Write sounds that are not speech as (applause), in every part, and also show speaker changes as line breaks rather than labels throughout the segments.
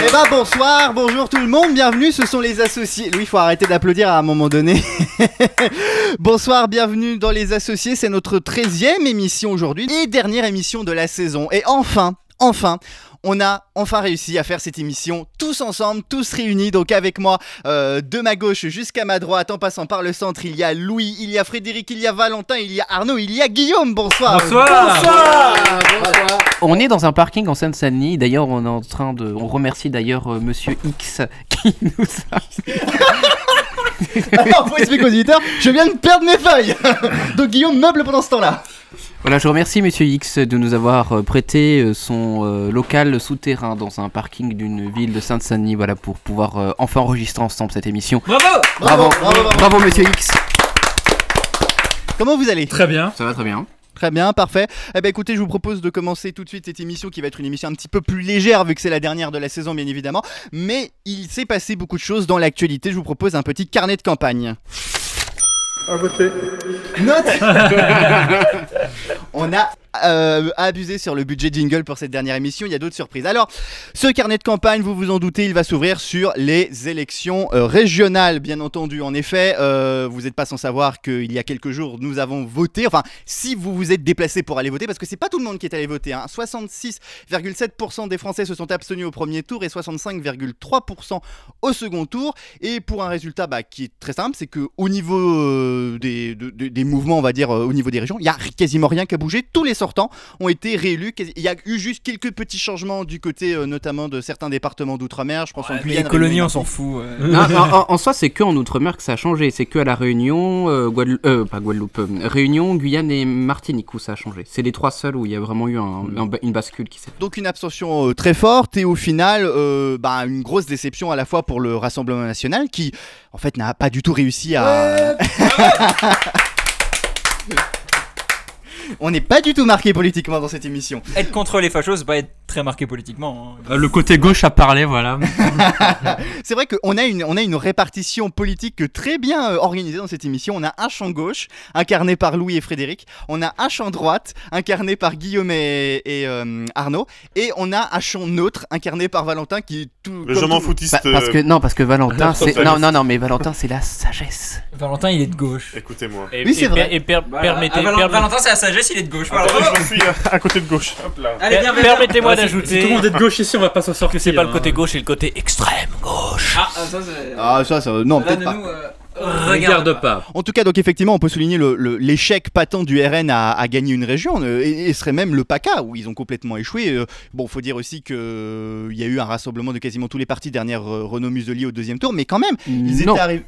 Eh ben, Bonsoir, bonjour tout le monde, bienvenue, ce sont les associés. Louis, il faut arrêter d'applaudir à un moment donné. (laughs) bonsoir, bienvenue dans les associés, c'est notre 13e émission aujourd'hui et dernière émission de la saison. Et enfin, enfin, on a enfin réussi à faire cette émission tous ensemble, tous réunis. Donc avec moi, euh, de ma gauche jusqu'à ma droite, en passant par le centre, il y a Louis, il y a Frédéric, il y a Valentin, il y a Arnaud, il y a Guillaume. Bonsoir.
Euh,
(laughs)
Bonsoir.
On est dans un parking en Seine-Saint-Denis. D'ailleurs, on est en train de. On remercie d'ailleurs euh, Monsieur X (laughs) qui nous a.
Alors, pour expliquer aux auditeurs, je viens de perdre mes feuilles. (laughs) Donc Guillaume meuble pendant ce temps-là.
Voilà, je remercie Monsieur X de nous avoir euh, prêté euh, son euh, local souterrain dans un parking d'une ville de Seine-Saint-Denis. Voilà, pour pouvoir euh, enfin enregistrer ensemble cette émission.
Bravo
Bravo, bravo, bravo.
Bravo, Monsieur X.
Comment vous allez
Très bien.
Ça va très bien.
Très bien, parfait. Eh ben écoutez, je vous propose de commencer tout de suite cette émission qui va être une émission un petit peu plus légère vu que c'est la dernière de la saison bien évidemment, mais il s'est passé beaucoup de choses dans l'actualité. Je vous propose un petit carnet de campagne. À voter. Note. On a euh, abusé sur le budget jingle pour cette dernière émission. Il y a d'autres surprises. Alors, ce carnet de campagne, vous vous en doutez, il va s'ouvrir sur les élections euh, régionales, bien entendu. En effet, euh, vous n'êtes pas sans savoir qu'il y a quelques jours, nous avons voté. Enfin, si vous vous êtes déplacé pour aller voter, parce que c'est pas tout le monde qui est allé voter. Hein. 66,7% des Français se sont abstenus au premier tour et 65,3% au second tour. Et pour un résultat bah, qui est très simple, c'est que au niveau euh, des, de- de- des mouvements, on va dire, euh, au niveau des régions, il y a quasiment rien qui a bougé. Tous les sortants ont été réélus. Quasi- Il y a eu juste quelques petits changements du côté, euh, notamment de certains départements d'outre-mer. Je pense en
les
Guyane,
colonies,
Réunion.
on s'en fout. euh.
Ah,
(laughs)
en, en- en soi, c'est que en Outre-mer que ça a changé. C'est que à la Réunion, euh, Guadeloupe, euh, pas Guadeloupe, euh, Réunion, Guyane et Martinique où ça a changé. C'est les trois seuls où il y a vraiment eu un- un ba- une bascule qui s'est.
Donc une abstention euh, très forte et au final, euh, bah, une grosse déception à la fois pour le Rassemblement national qui, en fait, n'a pas du tout réussi à. (laughs) On n'est pas du tout marqué politiquement dans cette émission.
Être contre les fachos, c'est pas être très marqué politiquement. hein.
Le côté gauche a parlé, voilà.
C'est vrai qu'on a une, on a une répartition politique très bien euh, organisée dans cette émission. On a un champ gauche, incarné par Louis et Frédéric. On a un champ droite, incarné par Guillaume et, et, euh, Arnaud. Et on a un champ neutre, incarné par Valentin qui est tout.
Le
comme
je m'en euh,
tout-
foutiste.
Pa- Bah, parce que non, parce que Valentin, c'est
ça,
non,
je-
non, non, mais Valentin, c'est la sagesse.
Valentin, il est de gauche.
Écoutez-moi.
Et,
Oui, c'est
et per-
vrai.
et per-
Bah,
permettez,
Valentin,
permettez-
c'est la sagesse, il est de gauche.
Attends, je suis Ah, hein. (laughs) à- à côté de gauche. Hop là.
Allez, bien,
per- permettez-moi d'ajouter
est de gauche ici, on va pas s'en sortir.
que c'est pas le côté gauche et le côté extrême gauche.
Ah, ça, c'est.
Ah, ça, ça. Non, peut-être pas.
euh, regarde pas.
En tout cas, donc effectivement, on peut souligner le- le- l'échec patent du RN à, à gagner une région, euh, et, et serait même le PACA, où ils ont complètement échoué. Euh, Bon, faut dire aussi qu'il y a eu un rassemblement de quasiment tous les partis, dernière euh, Renaud Muselier au deuxième tour, mais quand même, ils
non,
étaient arrivés...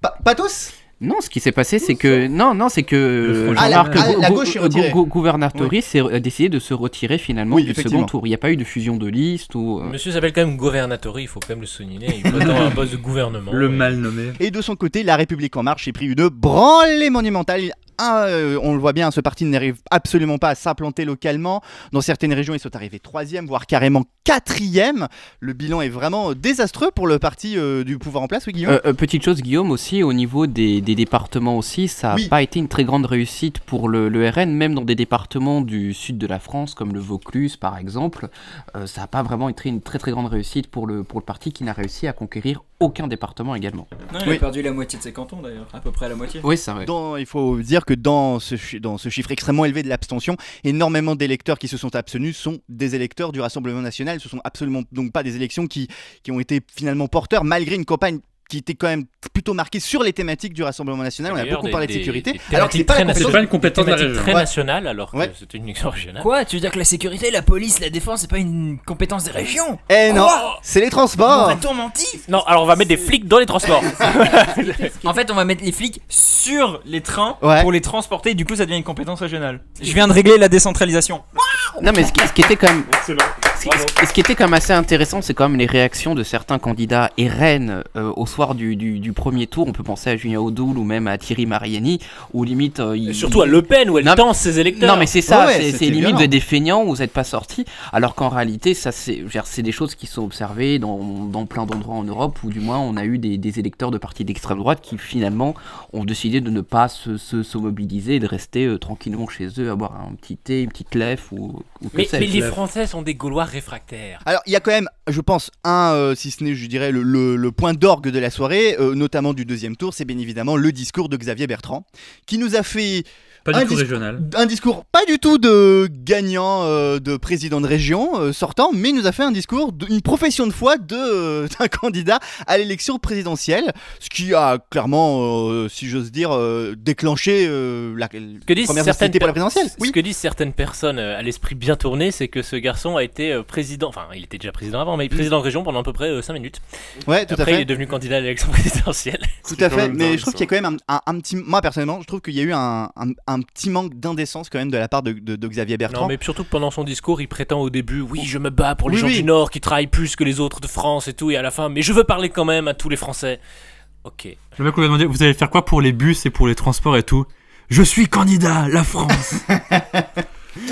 Pas, pas tous
non, ce qui s'est passé, c'est que non, non, c'est que euh,
Le Front
Ah, la-
Jean-Marc
ah,
Gou-
la
Gou-
gauche est
Gou-
retirée.
Gou- Gouverneur Torres s'est- a décidé de se retirer finalement
Oui,
du
effectivement.
second tour. Il n'y a pas eu de fusion de liste ou. euh,
Monsieur s'appelle quand même gouvernatori, il faut quand même le
(laughs)
souligner. Il prétend un poste de gouvernement.
Le
Et-
mal nommé.
Et de son côté, La République En Marche est pris une branlée monumentale. Ah, euh, on le voit bien, ce parti n'arrive absolument pas à s'implanter localement. Dans certaines régions, ils sont arrivés troisième, voire carrément quatrième. Le bilan est vraiment désastreux pour le parti euh, du pouvoir en place, oui, Guillaume
Euh, euh, petite chose, Guillaume, aussi, au niveau des, des départements aussi, ça n'a
Oui.
pas été une très grande réussite pour le, le RN, même dans des départements du sud de la France, comme le Vaucluse par exemple, euh, ça n'a pas vraiment été une très très grande réussite pour le, pour le parti qui n'a réussi à conquérir aucun département également.
Non, il
Oui.
a perdu la moitié de ses cantons d'ailleurs, à peu près la moitié.
Oui, ça, ouais.
Dans- il faut dire que dans ce, chi- dans ce chiffre extrêmement élevé de l'abstention, énormément d'électeurs qui se sont abstenus sont des électeurs du Rassemblement national. Ce sont absolument donc pas des élections qui, qui ont été finalement porteurs, malgré une campagne qui était quand même plutôt marquée sur les thématiques du Rassemblement national. On a
d'ailleurs,
beaucoup
des-
parlé de
des-
sécurité,
des
alors que c'est pas la
thématiques
compétence.
très
une compétence
nationales- thématiques très
Ouais.
nationale, alors que
Ouais.
c'était une élection régionale.
Quoi Tu veux dire que la sécurité, la police, la défense, c'est pas une compétence des régions
Eh non,
Quoi
c'est les
On
transports.
bah,
va menti
Non, alors on va mettre des flics dans
(laughs)
les transports.
En fait, on va mettre les flics sur les trains
Ouais.
pour les transporter, du coup, ça devient une compétence régionale. Je viens de régler la décentralisation.
Non, mais ce qui, ce qui était quand même,
Excellent.
ce qui- ce qui- ce qui était quand même assez intéressant, c'est quand même les réactions de certains candidats RN euh, au soir du, du- du premier tour. On peut penser à Julien Audoul ou même à Thierry Mariani, où limite. euh, il-
Et Surtout à Le Pen où elle
Non, mais-
danse ses électeurs.
Non mais c'est ça,
Ouais,
c'est-
c'était
c'est limite
violent.
de des feignants, vous n'êtes pas sortis, alors qu'en réalité ça c'est je veux dire, c'est des choses qui sont observées dans, dans plein d'endroits en Europe, où du moins on a eu des, des électeurs de partis d'extrême droite qui finalement ont décidé de ne pas se, se, se mobiliser et de rester euh, tranquillement chez eux, avoir un petit thé, une petite lèvre ou, ou que
mais,
sais-je.
mais les Français sont des Gaulois voire réfractaires.
Alors, il y a quand même, je pense, un, euh, si ce n'est, je dirais, le, le- le point d'orgue de la soirée, euh, notamment du deuxième tour, c'est bien évidemment le discours de Xavier Bertrand, qui nous a fait
Pas
Ah,
Un
du tout
disque-
régional.
un discours pas du tout de gagnant, euh, de président de région euh, sortant, mais il nous a fait un discours, d- une profession de foi de, euh, (laughs) d'un candidat à l'élection présidentielle, ce qui a clairement, euh, si j'ose dire, euh, déclenché euh, la
Ce que disent
première
certaines
hostilité pour la
per-
présidentielle.
Ce que disent certaines personnes euh, à l'esprit bien tourné, c'est que ce garçon a été euh, président, enfin il était déjà président avant, mais président de région pendant à peu près 5 minutes.
Ouais, tout à
Après
fait.
il est devenu candidat à l'élection (laughs) présidentielle.
Tout
C'est
à
quand
fait,
même
mais
dingue,
je trouve
ça.
qu'il y a quand même un, un- un petit. Moi personnellement, je trouve qu'il y a eu un, un- un petit manque d'indécence quand même de la part de, de- de Xavier Bertrand.
Non mais surtout que pendant son discours, il prétend au début, oui je me bats pour les
Oui,
gens
oui.
du Nord qui travaillent plus que les autres de France et tout, et à la fin, mais je veux parler quand même à tous les Français. Ok.
Le mec, on lui a demandé Vous allez faire quoi pour les bus et pour les transports et tout Je suis candidat, la France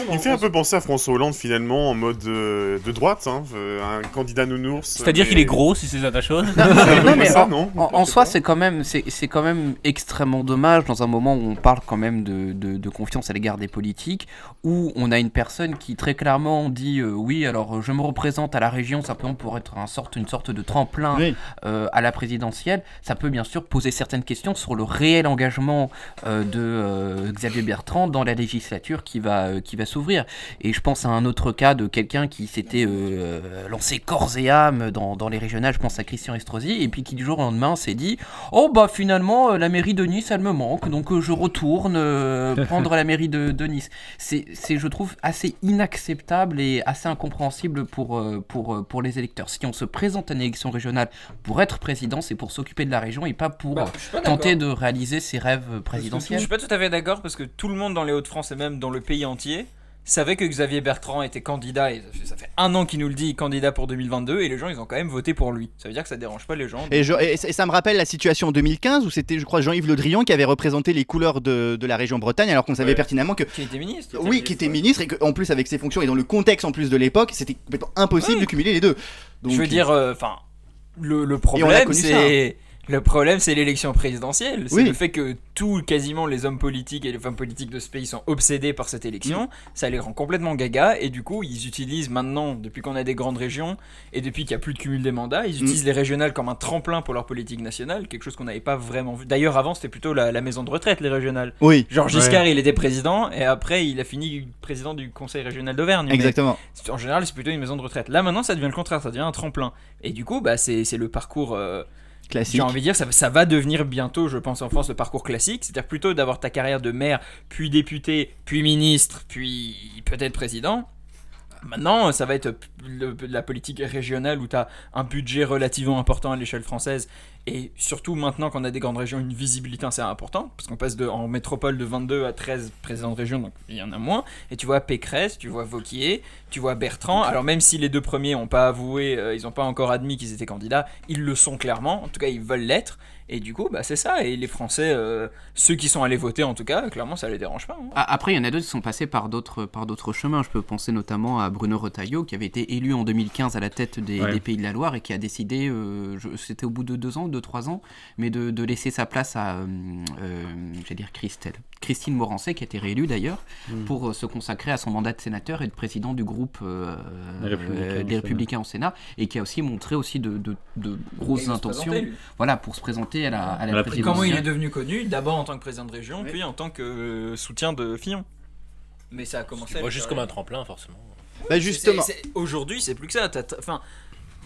Il me fait un peu penser à François Hollande finalement en mode euh, de droite, hein, euh, un candidat nounours. euh,
C'est-à-dire
mais-
qu'il
(laughs)
est gros si c'est ça ta chose.
Non, mais
mais
ça, non.
En, en soi, c'est quand même, c'est c'est quand même extrêmement dommage dans un moment où on parle quand même de, de- de confiance à l'égard des politiques, où on a une personne qui très clairement dit euh, oui, alors euh, je me représente à la région simplement pour être un sorte, une sorte de tremplin
Oui.
euh, à la présidentielle. Ça peut bien sûr poser certaines questions sur le réel engagement euh, de euh, Xavier Bertrand dans la législature qui va, euh, qui va s'ouvrir. Et je pense à un autre cas de quelqu'un qui s'était euh, lancé corps et âme dans, dans les régionales, je pense à Christian Estrosi, et puis qui du jour au lendemain s'est dit Oh bah finalement euh, la mairie de Nice elle me manque, donc euh, je retourne euh, prendre la mairie de, de Nice. C'est, c'est, je trouve assez inacceptable et assez incompréhensible pour, euh, pour, euh, pour les électeurs. Si on se présente à une élection régionale pour être président, c'est pour s'occuper de la région et pas pour euh,
je suis pas d'accord.
tenter de réaliser ses rêves
Je
présidentiels.
suis pas tout à fait d'accord parce que tout le monde dans les Hauts-de-France et même dans le pays entier savait que Xavier Bertrand était candidat et ça fait- ça fait un an qu'il nous le dit, candidat pour 2022 et les gens ils ont quand même voté pour lui. Ça veut dire que ça dérange pas les gens.
Et, je- et ça- et ça me rappelle la situation en 2015 où c'était, je crois, Jean-Yves Le Drian qui avait représenté les couleurs de, de la région Bretagne, alors qu'on savait
Ouais.
pertinemment que,
Qui était ministre
oui, qui était ministre et qu'en plus, avec ses fonctions et dans le contexte en plus de l'époque, c'était complètement impossible
Ouais.
de cumuler les deux. Donc,
Je veux dire, euh, enfin, le, le problème
connu ça,
c'est le problème c'est l'élection présidentielle, c'est
Oui.
le fait que tout quasiment les hommes politiques et les femmes politiques de ce pays sont obsédés par cette élection, ça les rend complètement gaga et du coup ils utilisent maintenant depuis qu'on a des grandes régions et depuis qu'il y a plus de cumul des mandats, ils
Mm.
utilisent les régionales comme un tremplin pour leur politique nationale, quelque chose qu'on n'avait pas vraiment vu. D'ailleurs avant c'était plutôt la, la maison de retraite les régionales.
Oui,
Genre Giscard il était président et après il a fini président du conseil régional d'Auvergne. mais-
exactement.
c'est- En général, c'est plutôt une maison de retraite. Là, maintenant, ça devient le contraire, ça devient un tremplin. Et du coup, bah, c'est c'est le parcours, euh,
Classique.
j'ai envie de dire, ça, ça va devenir bientôt, je pense, en France, le parcours classique. C'est-à-dire plutôt d'avoir ta carrière de maire, puis député, puis ministre, puis peut-être président. Maintenant, ça va être p- le- la politique régionale où tu as un budget relativement important à l'échelle française. Et surtout, maintenant qu'on a des grandes régions, une visibilité assez importante. Parce qu'on passe de, en métropole de 22 à 13 présidents de région, donc il y en a moins. Et tu vois Pécresse, tu vois Vauquier, tu vois Bertrand. Alors, même si les deux premiers n'ont pas avoué, euh, ils n'ont pas encore admis qu'ils étaient candidats, ils le sont clairement. En tout cas, ils veulent l'être. Et du coup, bah, c'est ça. Et les Français, euh, ceux qui sont allés voter, en tout cas, clairement, ça les dérange pas. hein.
A- Ah, Après, il y en a d'autres qui sont passés par d'autres par d'autres chemins. Je peux penser notamment à Bruno Retailleau, qui avait été élu en 2015 à la tête des,
Ouais.
des Pays de la Loire et qui a décidé, euh, je- c'était au bout de deux ans, deux trois ans, mais de, de laisser sa place à, euh, euh, j'allais dire Christelle, Christine Morancet, qui a été réélue d'ailleurs,
Hmm.
pour euh, se consacrer à son mandat de sénateur et de président du groupe euh,
Les Républicains
euh,
au
des
Sénat.
Républicains au Sénat, et qui a aussi montré aussi de, de- de grosses intentions, voilà, pour se présenter à la, à la
À la
présidentielle.
Comment il est devenu connu D'abord en tant que président de région, puis en tant que euh, soutien de Fillon. Mais ça a commencé. à
Moi
lui
juste
faire-
comme un tremplin forcément.
Bah,
C'est-
justement.
c'est- c'est- Aujourd'hui, c'est plus que ça. T'as- t'as- Enfin,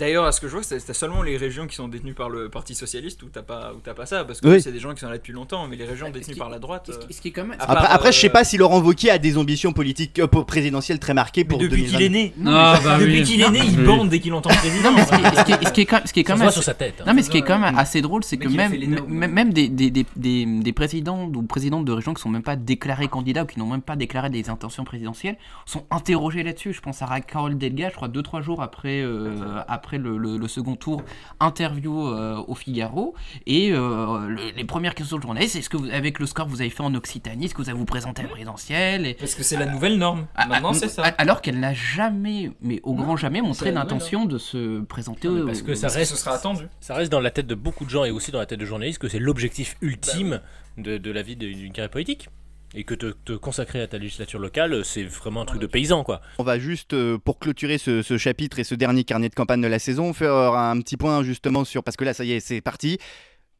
d'ailleurs, à ce que je vois, c'est c'est seulement les régions qui sont détenues par le Parti socialiste où t'as pas, où t'as pas ça, parce que
Oui.
c'est des gens qui sont là depuis longtemps, mais les régions
Est-ce
détenues
qu'il-
par la droite.
Ce
euh,
qui- ce qui est quand même-
à
Après,
part,
après, je sais
euh,
pas si Laurent Wauquiez a des ambitions politiques euh, pour- présidentielles très marquées
mais
pour
depuis qu'il
2022.
est né.
Non,
Ah, bah
depuis
oui.
qu'il est né, il
Oui.
bande dès qu'il entend président.
Non, mais ce qui, ce qui- ce qui est quand, ce qui est
Ça
quand
se
même.
voit sur sa tête. hein.
Non, mais ce qui est quand même
Ouais.
assez drôle, c'est
Le
que
mec, il a
même,
fait l'énorme,
même-
ouais.
même des, des, des, des, des présidents ou présidentes de régions qui sont même pas déclarés candidats ou qui n'ont même pas déclaré des intentions présidentielles sont interrogés là-dessus. Je pense à Ra- Carole Delga, je crois, deux, trois jours après, euh, après le, le- le second tour, interview euh, au Figaro. Et euh, le- les premières questions de journalistes, est-ce que vous, avec le score que vous avez fait en Occitanie, est-ce que vous avez vous présenté à la présidentielle Et-
Parce que c'est la nouvelle norme.
ah,
Maintenant,
ah,
c'est
ah,
ça.
Alors qu'elle n'a jamais, mais au grand jamais, montré
c'est-
l'intention de se présenter.
Non, mais
au-
parce que ça
Parce que
reste,
ce sera attendu.
ça reste dans la tête de Bah beaucoup de gens et aussi dans la tête de journalistes que c'est l'objectif ultime de, de la vie de- d'une carrière politique. et que te, te consacrer à ta législature locale, c'est vraiment un truc de paysan, quoi.
On va juste, euh, pour clôturer ce, ce chapitre et ce dernier carnet de campagne de la saison, faire un petit point justement sur. Parce que là, ça y est, c'est parti.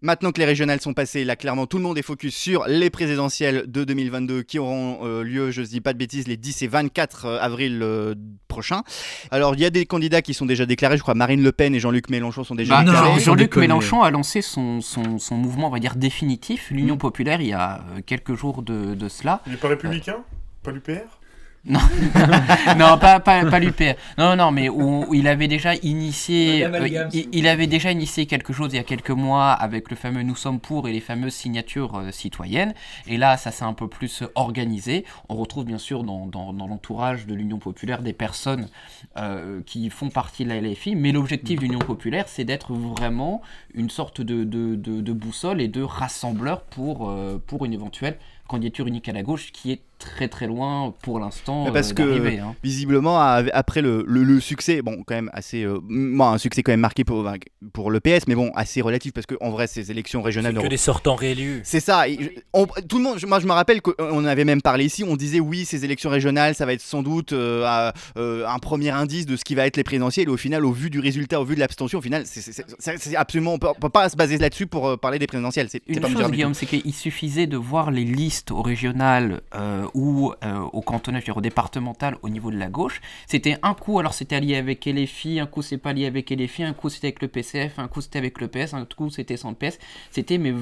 Maintenant que les régionales sont passées, là, clairement, tout le monde est focus sur les présidentielles de 2022 qui auront euh, lieu, je ne dis pas de bêtises, les 10 et 24 euh, avril euh, prochains. Alors, il y a des candidats qui sont déjà déclarés. Je crois Marine Le Pen et Jean-Luc Mélenchon sont déjà
Bah,
déclarés.
non, sans
Jean-Luc
déconner.
Mélenchon a lancé son, son, son mouvement, on va dire, définitif, l'Union Populaire, il y a euh, quelques jours de, de cela.
Il est pas républicain Pas l'UPR
(laughs) non, pas, pas, pas l'UPR. Non, non, mais où, où il avait déjà initié,
Un amalgame,
euh,
s'il
il,
vous
il avait déjà initié quelque chose il y a quelques mois avec le fameux Nous sommes pour et les fameuses signatures euh, citoyennes. Et là, ça s'est un peu plus organisé. On retrouve bien sûr dans, dans, dans l'entourage de l'Union populaire des personnes euh, qui font partie de la LFI, mais l'objectif de l'Union populaire, c'est d'être vraiment une sorte de, de, de- de boussole et de rassembleur pour, euh, pour une éventuelle candidature unique à la gauche qui est très très loin pour l'instant
Mais parce
euh,
que-
d'arriver, hein.
visiblement a- après le, le- le succès bon quand même assez euh, moi, un succès quand même marqué pour enfin, pour le PS mais bon assez relatif parce que en vrai ces élections
C'est
régionales
que
n'auront-
des sortants réélus.
c'est ça, et je- on- tout le monde, je- moi je me rappelle qu'on avait même parlé ici, on disait oui, ces élections régionales, ça va être sans doute euh, à- euh, un premier indice de ce qui va être les présidentielles, et au final, au vu du résultat, au vu de l'abstention, au final, c'est- c'est- c'est c'est absolument, on peut, on peut pas se baser là-dessus pour euh, parler des présidentielles, c'est c'est
Une
pas
chose,
moderne du tout.
Guillaume, c'est qu'il suffisait de voir les listes au régional euh, ou euh, au cantonal, je veux dire au départemental, au niveau de la gauche. C'était un coup, alors c'était allié avec LFI, un coup c'est pas lié avec LFI, un coup c'était avec le PCF, un coup c'était avec le PS, un autre coup c'était sans le PS. C'était, mais v-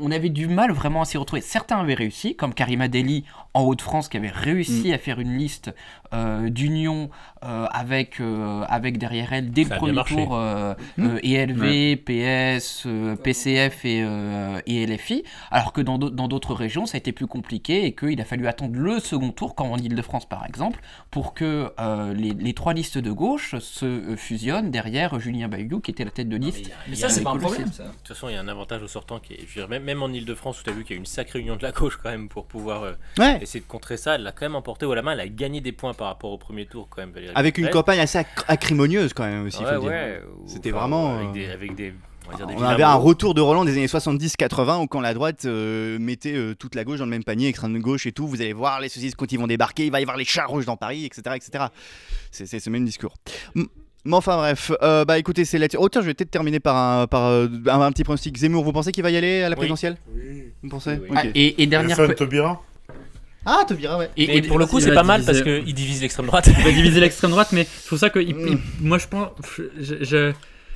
on avait du mal vraiment à s'y retrouver. Certains avaient réussi, comme Karima Deli en Haute-France, qui avait
Mm.
réussi à faire une liste euh, d'union euh, avec, euh, avec derrière elle dès le
Ça a bien
premier
marché. Mm.
tour euh, euh, ELV, PS, euh, PCF et, euh, et LFI, alors que dans d'au- dans d'autres régions, ça a été plus compliqué et qu'il a fallu attendre le second tour, comme en Ile-de-France par exemple, pour que euh, les, les trois listes de gauche se euh, fusionnent derrière Julien Bayou, qui était la tête de liste.
Mais
Il y a
ça, c'est
un
pas un
écologisme.
problème, ça.
De toute façon, il y a un avantage au sortant qui est. Je veux dire, même, même en Ile-de-France, où tu as vu qu'il y a eu une sacrée union de la gauche quand même pour pouvoir euh,
Ouais.
essayer de contrer ça, elle l'a quand même emporté haut la main, elle a gagné des points par rapport au premier tour quand même. Valérie
Avec une
Pécresse.
campagne assez acc- acrimonieuse quand même aussi,
Ouais,
faut le dire.
ouais, ou-
C'était
enfin,
vraiment,
Avec
euh,
des. Avec des on va dire des
On
vilains
avait un
mots.
retour de Roland des années 70-80 où quand la droite euh, mettait euh, toute la gauche dans le même panier, extrême gauche et tout, vous allez voir les saucisses quand ils vont débarquer, il va y avoir les chats rouges dans Paris, etc. etc. C'est c'est ce même discours. M- Mais enfin bref, euh, bah écoutez, c'est là-dessus. Oh tiens, je vais peut-être terminer par un, par, euh, un, un petit pronostic. Zemmour, vous pensez qu'il va y aller à la
Oui.
présidentielle
Oui.
Vous pensez
Oui,
Ok.
Ah, et, et dernière.
Personne te dira.
Ah, Tobira, ouais.
Et, pour le coup,
il
c'est
va
pas mal parce
diviser-
qu'il divise l'extrême droite.
Il va diviser l'extrême droite, mais c'est pour ça que il-
Mm.
il- moi je pense. Je, je,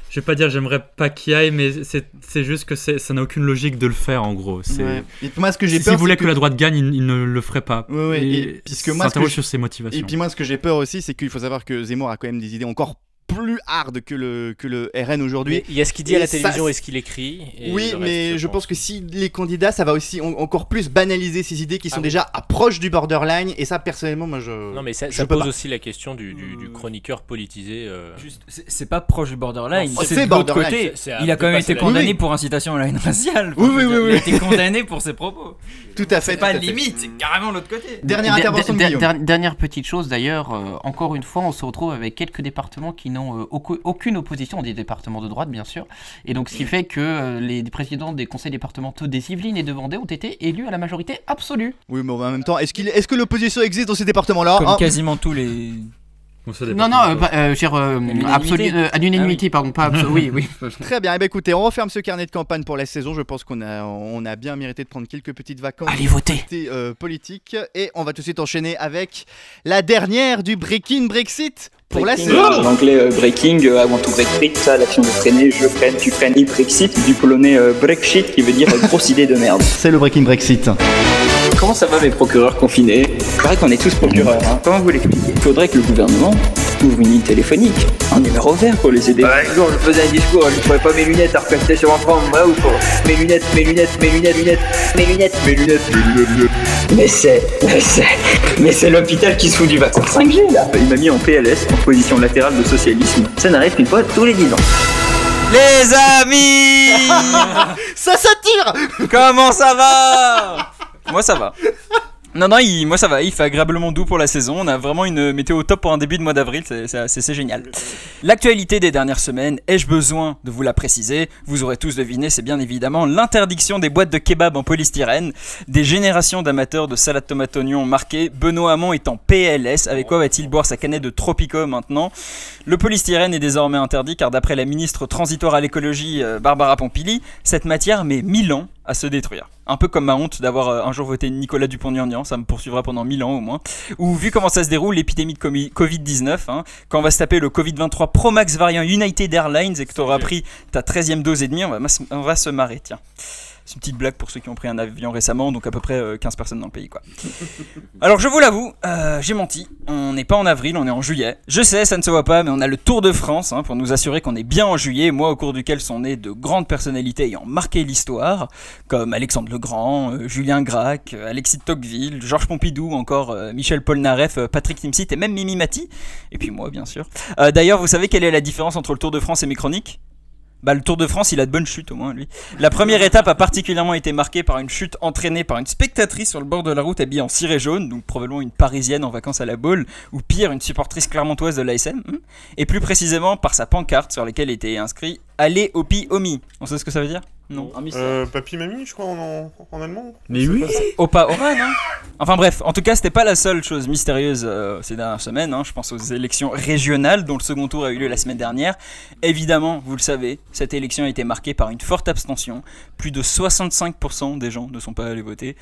je vais pas dire j'aimerais pas qu'il y aille, mais c'est c'est juste que c'est- ça n'a aucune logique de le faire en gros. C'est-
Ouais. Et puis moi, ce que j'ai
Si,
peur,
s'il voulait
c'est
que... la droite gagne, il, il ne le ferait pas.
Ouais, ouais,
Et
et puisque moi, ce que
s'interroge
je-
sur ses motivations.
Et puis moi, ce que j'ai peur aussi, c'est qu'il faut savoir que Zemmour a quand même des idées encore plus hard que le, que le RN aujourd'hui.
Il y a ce qu'il dit à
Et
la
ça,
télévision et
c'est-
ce qu'il écrit. et
Oui,
le reste,
mais je pense que si les candidats, ça va aussi en- encore plus banaliser ces idées qui sont
Ah oui.
déjà proches du borderline. Et ça, personnellement, moi, je.
Non, mais ça,
Je
ça
peux
pose
pas.
aussi la question du, du- du chroniqueur politisé. euh,
Juste, c'est c'est pas proche du borderline.
Non,
Ah, c'est
de l'autre
borderline,
côté.
c'est- c'est à
Il a quand même
dépasser
été
la-
condamné
Oui, oui.
pour incitation à la haine raciale.
Oui, oui, oui,
Il
oui.
a été condamné pour ses propos.
tout à fait.
C'est
tout
pas
à
de
fait.
limite, c'est carrément l'autre côté.
Dernière
Der-
intervention de
der-
Guillaume.
der- dernière petite chose d'ailleurs, euh, encore une fois, on se retrouve avec quelques départements qui n'ont euh, aucu- aucune opposition, des départements de droite bien sûr, et donc ce qui fait que euh, les présidents des conseils départementaux des Yvelines et de Vendée ont été élus à la majorité absolue.
Oui, mais en même temps, est-ce qu'il, est-ce que l'opposition existe dans ces départements-là
Comme
Hein
quasiment tous les.
Bon, ça dépend.
Non, non, euh, pas- euh, je veux dire, euh,
l'unanimité.
absolu- euh, à
Ah
l'unanimité, pardon, pas absolue, oui, oui.
Très bien. Eh ben, écoutez, on referme ce carnet de campagne pour la saison. Je pense qu'on a, on a bien mérité de prendre quelques petites vacances.
Allez voter
d'actualité, euh, politique et on va tout de suite enchaîner avec la dernière du Breaking Brexit pour la saison.
En anglais, euh, breaking, euh, avant tout Brexit, ça, l'action de freiner, je freine, tu freines, il Brexit, du polonais euh, Brexit, qui veut dire euh, grosse idée de merde.
C'est le Breaking Brexit.
(laughs) Comment ça va mes procureurs confinés Pareil qu'on est tous procureurs, hein. comment vous l'expliquez Il faudrait que le gouvernement ouvre une ligne téléphonique, un numéro vert pour les aider. Un jour, Bah, je faisais un discours, je trouvais pas mes lunettes à recacheter sur un franc, ouais, ou pour mes lunettes, mes lunettes, mes lunettes, lunettes, mes lunettes, mes lunettes, mes lunettes, mes lunettes. Mais c'est, mais c'est, mais c'est l'hôpital qui se fout du vaccin 5G là Il m'a mis en PLS, en position latérale de socialisme. Ça n'arrive qu'une fois tous les 10 ans.
Les amis
Ça s'attire
Comment ça va Moi ça va.
Non, non, il- moi ça va, il fait agréablement doux pour la saison. On a vraiment une météo top pour un début de mois d'avril, c'est- c'est c'est- c'est génial. L'actualité des dernières semaines, ai-je besoin de vous la préciser Vous aurez tous deviné, c'est bien évidemment l'interdiction des boîtes de kebab en polystyrène. Des générations d'amateurs de salade tomate oignon marquées. Benoît Hamon est en PLS. Avec quoi va-t-il boire sa canette de Tropico maintenant Le polystyrène est désormais interdit car d'après la ministre transitoire à l'écologie euh, Barbara Pompili, cette matière met 1000 ans à se détruire. Un peu comme ma honte d'avoir euh, un jour voté Nicolas Dupont-Niornian, ça me poursuivra pendant 1000 ans au moins. Ou vu comment ça se déroule l'épidémie de comi- Covid-19, hein, quand on va se taper le Covid-23 Pro Max variant United Airlines et que tu auras pris ta 13e dose et demie, on va, mas- on va se marrer, tiens. C'est une petite blague pour ceux qui ont pris un avion récemment, donc à peu près euh, 15 personnes dans le pays, quoi. Alors je vous l'avoue, euh, j'ai menti. On n'est pas en avril, on est en juillet. Je sais, ça ne se voit pas, mais on a le Tour de France hein, pour nous assurer qu'on est bien en juillet, mois au cours duquel sont nées de grandes personnalités ayant marqué l'histoire, comme Alexandre le Grand, euh, Julien Gracq, euh, Alexis de Tocqueville, Georges Pompidou, encore euh, Michel Polnareff, euh, Patrick Timsit et même Mimi Mati. Et puis moi, bien sûr. Euh, D'ailleurs, vous savez quelle est la différence entre le Tour de France et mes chroniques bah, le Tour de France, il a de bonnes chutes au moins, lui. La première étape a particulièrement été marquée par une chute entraînée par une spectatrice sur le bord de la route habillée en ciré jaune, donc probablement une parisienne en vacances à la Baule, ou pire, une supportrice clermontoise de l'ASM, hmm, et plus précisément par sa pancarte sur laquelle était inscrit Allez au pi omi. On sait ce que ça veut dire Non.
Euh, papy, mamie, je crois, en, en- en allemand
Mais oui.
Opa Ora, non Enfin bref, en tout cas, c'était pas la seule chose mystérieuse euh, ces dernières semaines. hein. Je pense aux élections régionales dont le second tour a eu lieu la semaine dernière. Évidemment, vous le savez, cette élection a été marquée par une forte abstention. Plus de 65% des gens ne sont pas allés voter.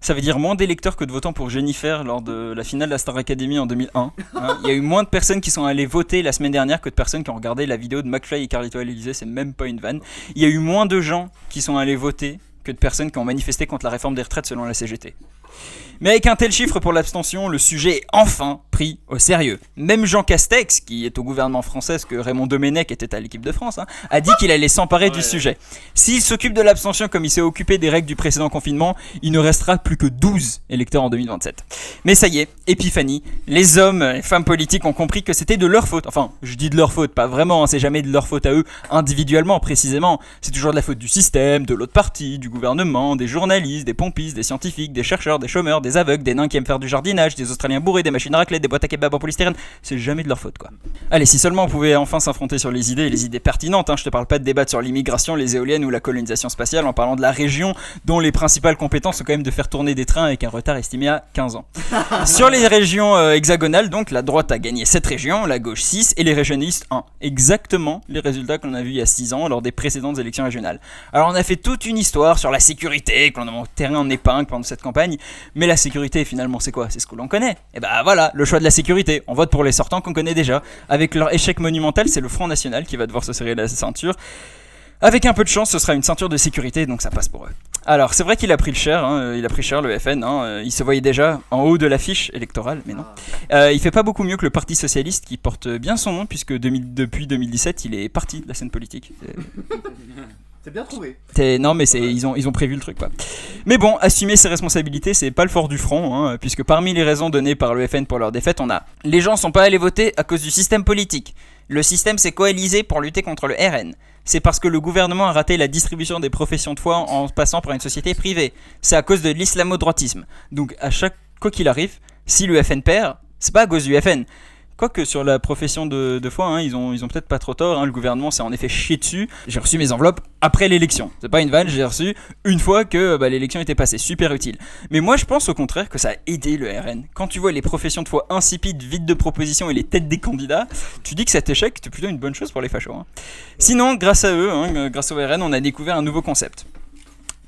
Ça veut dire moins d'électeurs que de votants pour Jennifer lors de la finale de la Star Academy en 2001. hein. Il y a eu moins de personnes qui sont allées voter la semaine dernière que de personnes qui ont regardé la vidéo de McFly et Carlito à l'Elysée, c'est même pas une vanne. Il y a eu moins de gens qui sont allés voter que de personnes qui ont manifesté contre la réforme des retraites selon la CGT. Mais avec un tel chiffre pour l'abstention, le sujet est enfin pris au sérieux. Même Jean Castex, qui est au gouvernement français, ce que Raymond Domenech était à l'équipe de France, hein, a dit qu'il allait s'emparer du sujet. S'il s'occupe de l'abstention comme il s'est occupé des règles du précédent confinement, il ne restera plus que 12 électeurs en 2027. Mais ça y est, épiphanie, les hommes et femmes politiques ont compris que c'était de leur faute. Enfin, je dis de leur faute, pas vraiment, hein, c'est jamais de leur faute à eux, individuellement précisément. C'est toujours de la faute du système, de l'autre partie, du gouvernement, des journalistes, des pompistes, des scientifiques, des chercheurs, des chômeurs, des aveugles, des nains qui aiment faire du jardinage, des Australiens bourrés, des machines à raclette, des boîtes à kebab en polystyrène. C'est jamais de leur faute, quoi. Allez, si seulement on pouvait enfin s'affronter sur les idées, et les idées pertinentes, hein. je te parle pas de débattre sur l'immigration, les éoliennes ou la colonisation spatiale en parlant de la région dont les principales compétences sont quand même de faire tourner des trains avec un retard estimé à 15 ans. (laughs) Sur les régions euh, hexagonales, donc, la droite a gagné 7 régions, la gauche 6 et les régionalistes 1. Exactement les résultats qu'on a vus il y a 6 ans lors des précédentes élections régionales. Alors on a fait toute une histoire sur la sécurité, que l'on a enterré en épingle pendant cette campagne, mais la sécurité finalement c'est quoi C'est ce que l'on connaît. Et bah voilà, le choix de la sécurité, on vote pour les sortants qu'on connaît déjà. Avec leur échec monumental, c'est le Front National qui va devoir se serrer la ceinture. Avec un peu de chance, ce sera une ceinture de sécurité, donc ça passe pour eux. Alors, c'est vrai qu'il a pris le cher, hein, euh, il a pris cher le FN, hein, euh, il se voyait déjà en haut de l'affiche électorale, mais non. Euh, il fait pas beaucoup mieux que le Parti Socialiste qui porte bien son nom, puisque 2000 depuis 2017, il est parti de la scène politique. C'est-
(laughs) C'est bien trouvé.
c'est- Non, mais c'est ils ont ils ont prévu le truc quoi. Mais bon, assumer ses responsabilités, c'est pas le fort du front, hein, puisque parmi les raisons données par le FN pour leur défaite, on a les gens sont pas allés voter à cause du système politique. Le système s'est coalisé pour lutter contre le RN. C'est parce que le gouvernement a raté la distribution des professions de foi en passant par une société privée. C'est à cause de l'islamo-droitisme. Donc à chaque quoi qu'il arrive, si le FN perd, c'est pas à cause du FN. Quoique sur la profession de, de foi, hein, ils ont, ils ont peut-être pas trop tort. hein, le gouvernement s'est en effet chié dessus. J'ai reçu mes enveloppes après l'élection. C'est pas une vanne, j'ai reçu une fois que euh, bah, l'élection était passée. Super utile. Mais moi, je pense au contraire que ça a aidé le RN. Quand tu vois les professions de foi insipides, vides de propositions et les têtes des candidats, tu dis que cet échec, c'est plutôt une bonne chose pour les fachos. hein. Sinon, grâce à eux, hein, euh, grâce au RN, on a découvert un nouveau concept.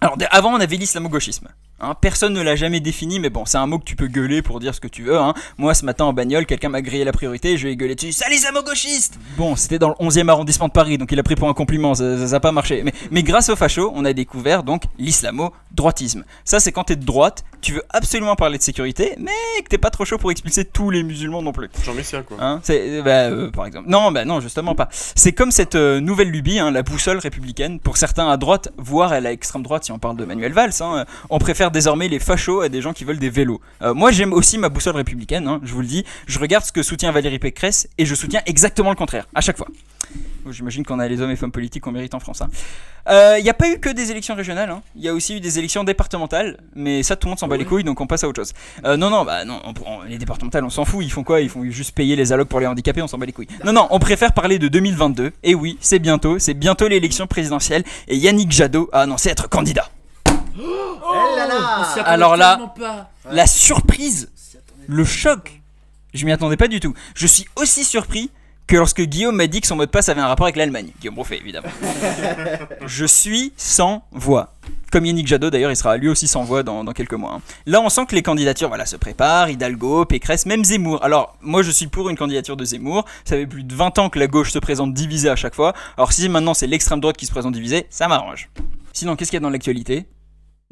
Alors, d- avant, on avait l'islamo-gauchisme. Hein, personne ne l'a jamais défini, mais bon, c'est un mot que tu peux gueuler pour dire ce que tu veux. hein. Moi, ce matin en bagnole, quelqu'un m'a grillé la priorité et je lui ai gueulé dessus. Sale islamo-gauchiste Bon, c'était dans le 11e arrondissement de Paris, donc il a pris pour un compliment, ça n'a pas marché. Mais, mais grâce aux fachos, on a découvert donc l'islamo-droitisme. Ça, c'est quand t'es de droite, tu veux absolument parler de sécurité, mais que t'es pas trop chaud pour expulser tous les musulmans non plus.
Jean Messia, quoi.
Hein, c'est, euh, bah, euh, par exemple. Non, bah non, justement pas. C'est comme cette euh, nouvelle lubie, hein, la boussole républicaine. Pour certains à droite, voire à la extrême droite, si on parle de Manuel Valls, hein, euh, on préfère faire désormais les fachos à des gens qui veulent des vélos. Euh, moi, j'aime aussi ma boussole républicaine, hein, je vous le dis. Je regarde ce que soutient Valérie Pécresse et je soutiens exactement le contraire, à chaque fois. Bon, J'imagine qu'on a les hommes et femmes politiques qu'on mérite en France. hein. Euh, Il n'y a pas eu que des élections régionales, hein. il y a aussi eu des élections départementales, mais ça tout le monde s'en bat les couilles, donc on passe à autre chose. Euh, non, non, bah non, on- on- les départementales, on s'en fout, ils font quoi Ils font juste payer les allocs pour les handicapés, on s'en bat les couilles. Non, non, on préfère parler de 2022, et oui, c'est bientôt, c'est bientôt l'élection présidentielle, et Yannick Jadot a annoncé être candidat.
Eh là là
Alors là, la surprise, le choc, je m'y attendais pas du tout. Je suis aussi surpris que lorsque Guillaume m'a dit que son mot de passe avait un rapport avec l'Allemagne. Guillaume Broffet, évidemment. je suis sans voix. Comme Yannick Jadot, d'ailleurs, il sera lui aussi sans voix dans, dans quelques mois. hein. Là, on sent que les candidatures voilà, se préparent. Hidalgo, Pécresse, même Zemmour. Alors, moi, je suis pour une candidature de Zemmour. Ça fait plus de 20 ans que la gauche se présente divisée à chaque fois. Alors, si maintenant c'est l'extrême droite qui se présente divisée, ça m'arrange. Sinon, qu'est-ce qu'il y a dans l'actualité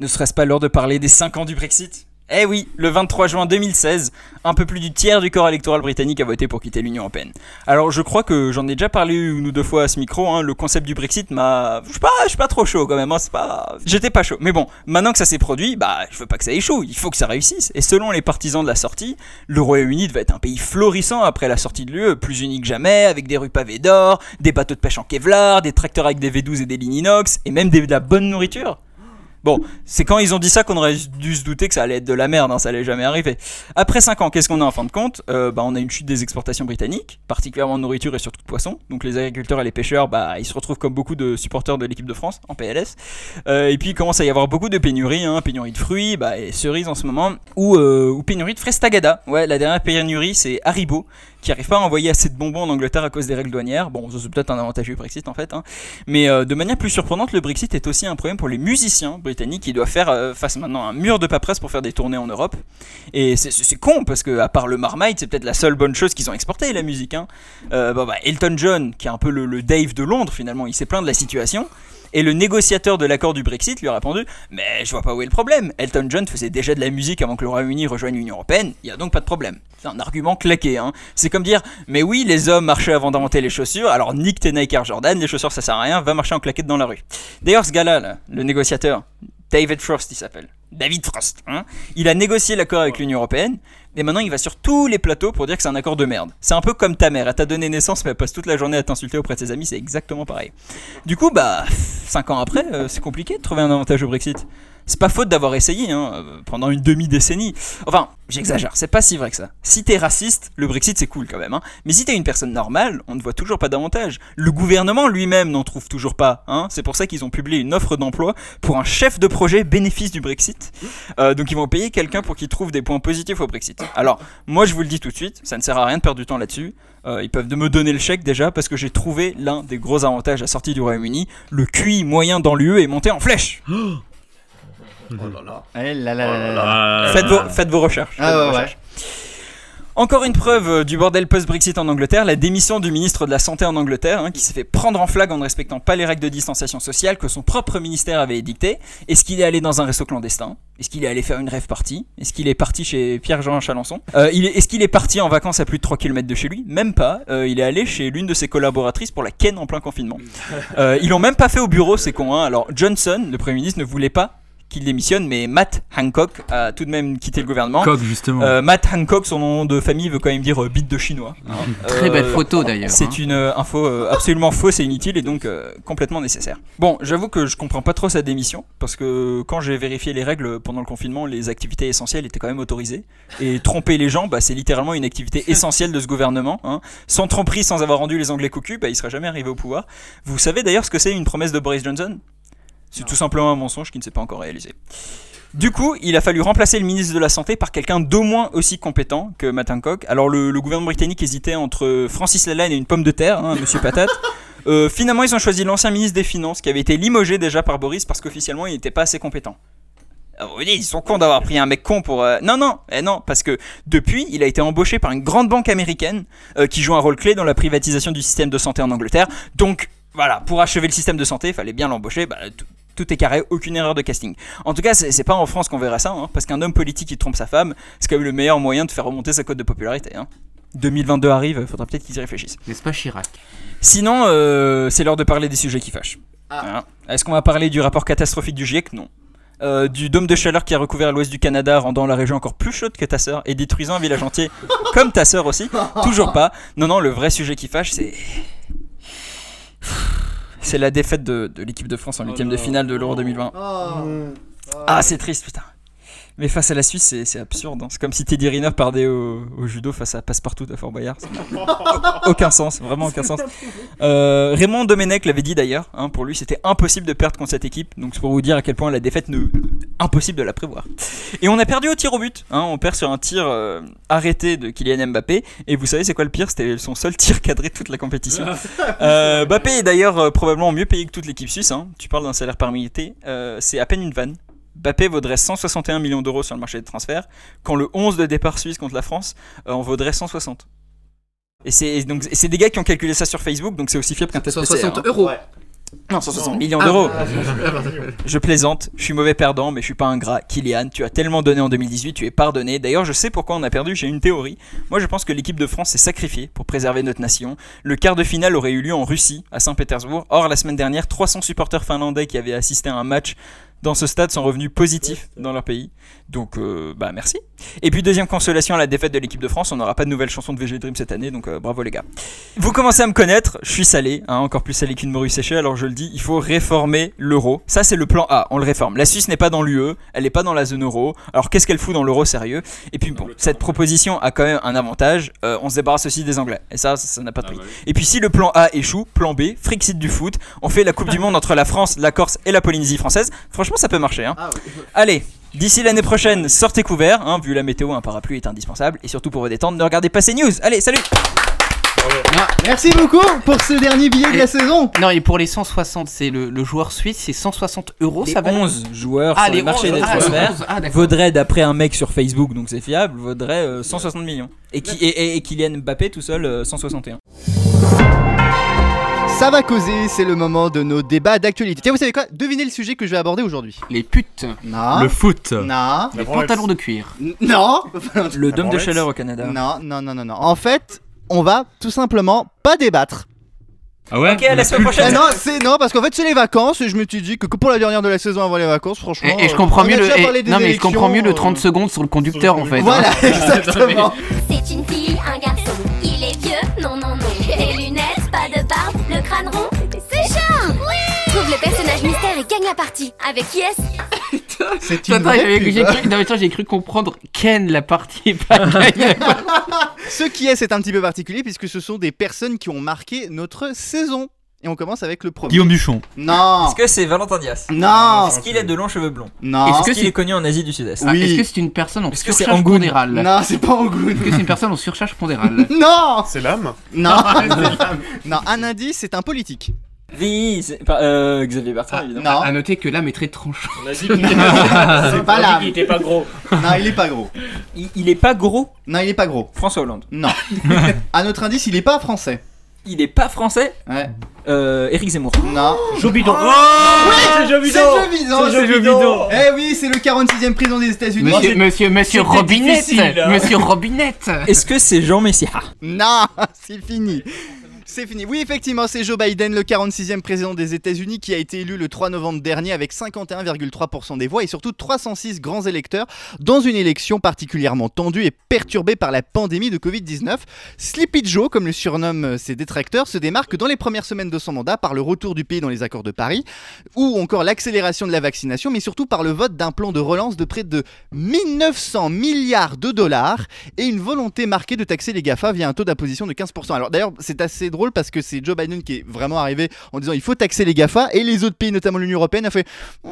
ne serait-ce pas l'heure de parler des 5 ans du Brexit Eh oui, le 23 juin 2016, un peu plus du tiers du corps électoral britannique a voté pour quitter l'Union Européenne. Alors je crois que j'en ai déjà parlé une ou deux fois à ce micro, hein, le concept du Brexit m'a... Je suis pas, je suis pas trop chaud quand même, hein, c'est pas... J'étais pas chaud. Mais bon, maintenant que ça s'est produit, bah je veux pas que ça échoue, il faut que ça réussisse. Et selon les partisans de la sortie, le Royaume-Uni devait être un pays florissant après la sortie de l'UE, plus unique que jamais, avec des rues pavées d'or, des bateaux de pêche en Kevlar, des tracteurs avec des V12 et des lignes inox, et même des- de la bonne nourriture. Bon, c'est quand ils ont dit ça qu'on aurait dû se douter que ça allait être de la merde, hein, ça allait jamais arriver. Après 5 ans, qu'est-ce qu'on a en fin de compte Euh, bah, On a une chute des exportations britanniques, particulièrement de nourriture et surtout de poissons. Donc les agriculteurs et les pêcheurs, bah, ils se retrouvent comme beaucoup de supporters de l'équipe de France en PLS. Euh, et puis il commence à y avoir beaucoup de pénuries, hein, pénurie de fruits bah, et cerises en ce moment, ou, euh, ou pénurie de fraises Tagada. Ouais, la dernière pénurie, c'est Haribo, qui arrive pas à envoyer assez de bonbons en Angleterre à cause des règles douanières. Bon, ça, c'est peut-être un avantage du Brexit en fait. hein. Mais euh, de manière plus surprenante, le Brexit est aussi un problème pour les musiciens britanniques qui doivent faire euh, face maintenant à un mur de paperasse pour faire des tournées en Europe. Et c'est- c'est c'est con parce que, à part le Marmite, c'est peut-être la seule bonne chose qu'ils ont exportée, la musique. hein. Euh, bah, bah, Elton John, qui est un peu le, le Dave de Londres finalement, il s'est plaint de la situation. Et le négociateur de l'accord du Brexit lui a répondu Mais je vois pas où est le problème. Elton John faisait déjà de la musique avant que le Royaume-Uni rejoigne l'Union Européenne, il y a donc pas de problème. C'est un argument claqué, hein. C'est comme dire Mais oui, les hommes marchaient avant d'inventer les chaussures, alors nique tes Nike Air Jordan, les chaussures ça sert à rien, va marcher en claquette dans la rue. D'ailleurs, ce gars-là, là, le négociateur, David Frost il s'appelle. David Frost, hein. Il a négocié l'accord avec l'Union Européenne, et maintenant il va sur tous les plateaux pour dire que c'est un accord de merde. C'est un peu comme ta mère, elle t'a donné naissance mais elle passe toute la journée à t'insulter auprès de ses amis, c'est exactement pareil. Du coup, bah, 5 ans après, euh, c'est compliqué de trouver un avantage au Brexit. C'est pas faute d'avoir essayé, hein, euh, pendant une demi-décennie. Enfin, j'exagère, c'est pas si vrai que ça. Si t'es raciste, le Brexit c'est cool quand même, hein. Mais si t'es une personne normale, on ne voit toujours pas d'avantage. Le gouvernement lui-même n'en trouve toujours pas, hein. C'est pour ça qu'ils ont publié une offre d'emploi pour un chef de projet bénéfice du Brexit. Euh, donc ils vont payer quelqu'un pour qu'il trouve des points positifs au Brexit. Alors, moi je vous le dis tout de suite, ça ne sert à rien de perdre du temps là-dessus. Euh, ils peuvent de me donner le chèque déjà parce que j'ai trouvé l'un des gros avantages à la sortie du Royaume-Uni. Le QI moyen dans l'UE est monté en flèche.
Eh là là là là là.
euh,
Ah,
Faites vos, faites vos recherches. faites
Ah
vos
ouais,
recherches.
ouais.
Encore une preuve euh, du bordel post-Brexit en Angleterre, la démission du ministre de la Santé en Angleterre, hein, qui s'est fait prendre en flag en ne respectant pas les règles de distanciation sociale que son propre ministère avait édictées. Est-ce qu'il est allé dans un resto clandestin Est-ce qu'il est allé faire une rêve partie Est-ce qu'il est parti chez Pierre-Jean Chalençon Euh, il est- Est-ce qu'il est parti en vacances à plus de 3 km de chez lui Même pas. Euh, il est allé chez l'une de ses collaboratrices pour la ken en plein confinement. Euh, ils l'ont même pas fait au bureau, c'est con. hein. Alors Johnson, le Premier ministre, ne voulait pas qu'il démissionne, mais Matt Hancock a tout de même quitté le gouvernement.
Ah, Coq, justement.
Euh, Matt Hancock, son nom de famille veut quand même dire euh, bite de chinois.
Très
Euh,
belle photo d'ailleurs. hein.
C'est une euh, info euh, absolument fausse et inutile et donc euh, complètement nécessaire. Bon, j'avoue que je comprends pas trop sa démission parce que quand j'ai vérifié les règles pendant le confinement, les activités essentielles étaient quand même autorisées. Et tromper les gens, bah, c'est littéralement
(laughs)
une activité essentielle de ce gouvernement. hein. Sans tromperie, sans avoir rendu les Anglais cocus, bah, il serait jamais arrivé au pouvoir. Vous savez d'ailleurs ce que c'est une promesse de Boris Johnson C'est tout simplement un mensonge qui ne s'est pas encore réalisé. Du coup, il a fallu remplacer le ministre de la Santé par quelqu'un d'au moins aussi compétent que Matt Hancock. Alors, le, le gouvernement britannique hésitait entre Francis Lalanne et une pomme de terre, hein, monsieur (laughs) patate. Euh, finalement, ils ont choisi l'ancien ministre des Finances qui avait été limogé déjà par Boris parce qu'officiellement, il n'était pas assez compétent. Alors, Ah, vous dites, ils sont cons d'avoir pris un mec con pour. euh, Non, non, eh non, parce que depuis, il a été embauché par une grande banque américaine euh, qui joue un rôle clé dans la privatisation du système de santé en Angleterre. Donc, voilà, pour achever le système de santé, il fallait bien l'embaucher. Bah, tout- tout est carré, aucune erreur de casting. En tout cas, c'est c'est pas en France qu'on verra ça, hein, parce qu'un homme politique qui trompe sa femme, c'est quand même le meilleur moyen de faire remonter sa cote de popularité. hein. 2022 arrive, faudra peut-être qu'ils y réfléchissent.
N'est-ce pas Chirac
Sinon, euh, c'est l'heure de parler des sujets qui fâchent.
Ah.
Hein. Est-ce qu'on va parler du rapport catastrophique du GIEC Non.
euh, du dôme de chaleur qui a recouvert l'ouest du Canada, rendant la région encore plus chaude que ta sœur et détruisant un village entier, comme ta sœur aussi. Toujours pas. Non, non, le vrai sujet qui fâche, c'est. C'est la défaite de, de l'équipe de France en huitième de finale de l'Euro 2020.
Oh.
Euh,
Ah, c'est triste, putain. Mais face à la Suisse, c'est- c'est absurde. hein. C'est comme si Teddy Riner perdait au, au judo face à Passepartout de Fort Boyard. Ça n'a (laughs) aucun sens, vraiment aucun sens. Euh, Raymond Domenech l'avait dit d'ailleurs. hein, pour lui, c'était impossible de perdre contre cette équipe. Donc c'est pour vous dire à quel point la défaite, ne... impossible de la prévoir. Et on a perdu au tir au but. hein. on perd sur un tir euh, arrêté de Kylian Mbappé. Et vous savez, c'est quoi le pire C'était son seul tir cadré de toute la compétition. Euh, Mbappé est d'ailleurs euh, probablement mieux payé que toute l'équipe suisse. hein. Tu parles d'un salaire par milité. euh, c'est à peine une vanne. Mbappé vaudrait 161 millions d'euros sur le marché des transferts, quand le 11 de départ suisse contre la France euh, en vaudrait 160. Et c'est donc et c'est des gars qui ont calculé ça sur Facebook, donc c'est aussi fiable qu'un test PCR,
160
hein.
euros.
Non, 160 millions d'euros. Je plaisante, je suis mauvais perdant, mais je suis pas ingrat. Kylian, tu as tellement donné en 2018, tu es pardonné. D'ailleurs, je sais pourquoi on a perdu, j'ai une théorie. Moi, je pense que l'équipe de France s'est sacrifiée pour préserver notre nation. Le quart de finale aurait eu lieu en Russie, à Saint-Pétersbourg. Or, la semaine dernière, 300 supporters finlandais qui avaient assisté à un match dans ce stade sont revenus positifs dans leur pays. Donc, euh, bah merci. Et puis, deuxième consolation à la défaite de l'équipe de France, on n'aura pas de nouvelle chanson de VG Dream cette année, donc euh, bravo les gars. Vous commencez à me connaître, je suis salé, hein, encore plus salé qu'une morue séchée, alors je le dis, il faut réformer l'euro. Ça, c'est le plan A, on le réforme. La Suisse n'est pas dans l'UE, elle n'est pas dans la zone euro, alors qu'est-ce qu'elle fout dans l'euro sérieux Et puis bon, cette proposition a quand même un avantage, euh, on se débarrasse aussi des Anglais, et ça, ça ça n'a pas de prix. Et puis si le plan A échoue, plan B, Frixit du foot, on fait la Coupe du Monde entre la France, la Corse et la Polynésie française, franchement, ça peut marcher. Hein. Allez D'ici l'année prochaine, sortez couverts, hein, vu la météo, un parapluie est indispensable, et surtout pour vous détendre, ne regardez pas ces news. Allez, salut
Merci beaucoup pour ce dernier billet de la saison.
Non, et pour les 160, c'est le, le joueur suisse, c'est 160 euros,
Les
Oh, ça va
11 joueurs
Ah,
sur
les
le marché
11,
des
ah,
transferts
11, ah, d'accord.
vaudrait, d'après un mec sur Facebook, donc c'est fiable, vaudrait euh, 160 millions. Et, qui, et, et- et Kylian Mbappé tout seul, euh, 161.
Ça va causer, c'est le moment de nos débats d'actualité. Tiens, vous savez quoi Devinez le sujet que je vais aborder aujourd'hui.
Les putes,
Non.
Le foot.
hein Non.
La
les
branlette.
pantalons de cuir.
Non.
Le dôme de
branlette.
chaleur au Canada.
Non, non, non, non, non. En fait, on va tout simplement pas débattre.
Ah ouais
Ok, à
On
la
a
semaine
plus-
Ah
prochaine.
non, c'est non parce qu'en fait c'est les vacances et je me suis dit que pour la dernière de la saison avant les vacances, franchement.
Et, et je
euh,
comprends
on a
mieux le,
déjà
et-
parlé des
non, mais je
élections,
comprends mieux
euh,
le 30 secondes sur le conducteur en fait.
Voilà,
(laughs) hein.
exactement.
C'est une fille, un garçon. Il est vieux, non, non, non. Des lunettes, pas de barbe, le crâne rond. C'est Charles Oui Trouve le personnage mystère et gagne la partie. Avec qui est-ce
C'est une
Attends,
vraie
j'avais-
pub.
j'ai cru, non, mais attends, j'ai cru comprendre Ken la partie est pas gagnée.
Ce qui est, c'est un petit peu particulier puisque ce sont des personnes qui ont marqué notre saison. Et on commence avec le premier.
Guillaume Duchon.
Non.
Est-ce que c'est Valentin Dias
Ah,
Non.
Est-ce qu'il a de longs cheveux blonds
Non.
Est-ce que
Est-ce qu'il
c'est-
est connu en Asie du Sud-Est
Oui.
Est-ce que c'est une personne en
Est-ce que c'est
surcharge
Angoune
pondérale
Non, c'est pas Angoune.
Est-ce
(laughs)
que c'est une personne en surcharge pondérale
Non.
C'est l'âme
Non. non. Un indice, c'est un politique.
Oui, c'est pas- euh, Xavier Bertrand, évidemment.
Non. Ah,
À noter que l'âme est très tranchante.
On a dit qu'il
c'est pas là.
était pas gros.
Non, il est pas gros.
Il, il est pas gros,
Non, il est pas gros.
François Hollande.
Non. à notre indice, il est pas français.
Il est pas français,
Ouais.
euh, Éric Zemmour.
Non.
Jobidon.
c'est jeu vidéo. C'est
C'est jeu vidéo.
Eh oui, c'est le 46e président des États-Unis.
Monsieur, monsieur, monsieur
c'était
Robinette
difficile, hein.
Monsieur Robinette
Est-ce que c'est Jean Messia
Non, (laughs) c'est fini. C'est fini. Oui, effectivement, c'est Joe Biden, le 46e président des États-Unis, qui a été élu le 3 novembre dernier avec 51,3% des voix et surtout 306 grands électeurs dans une élection particulièrement tendue et perturbée par la pandémie de Covid-19. Sleepy Joe, comme le surnomment ses détracteurs, se démarque dans les premières semaines de son mandat par le retour du pays dans les accords de Paris ou encore l'accélération de la vaccination, mais surtout par le vote d'un plan de relance de près de 1900 milliards de dollars et une volonté marquée de taxer les GAFA via un taux d'imposition de 15%. Alors d'ailleurs, c'est assez drôle parce que c'est Joe Biden qui est vraiment arrivé en disant il faut taxer les GAFA et les autres pays, notamment l'Union Européenne, a fait. Mmh.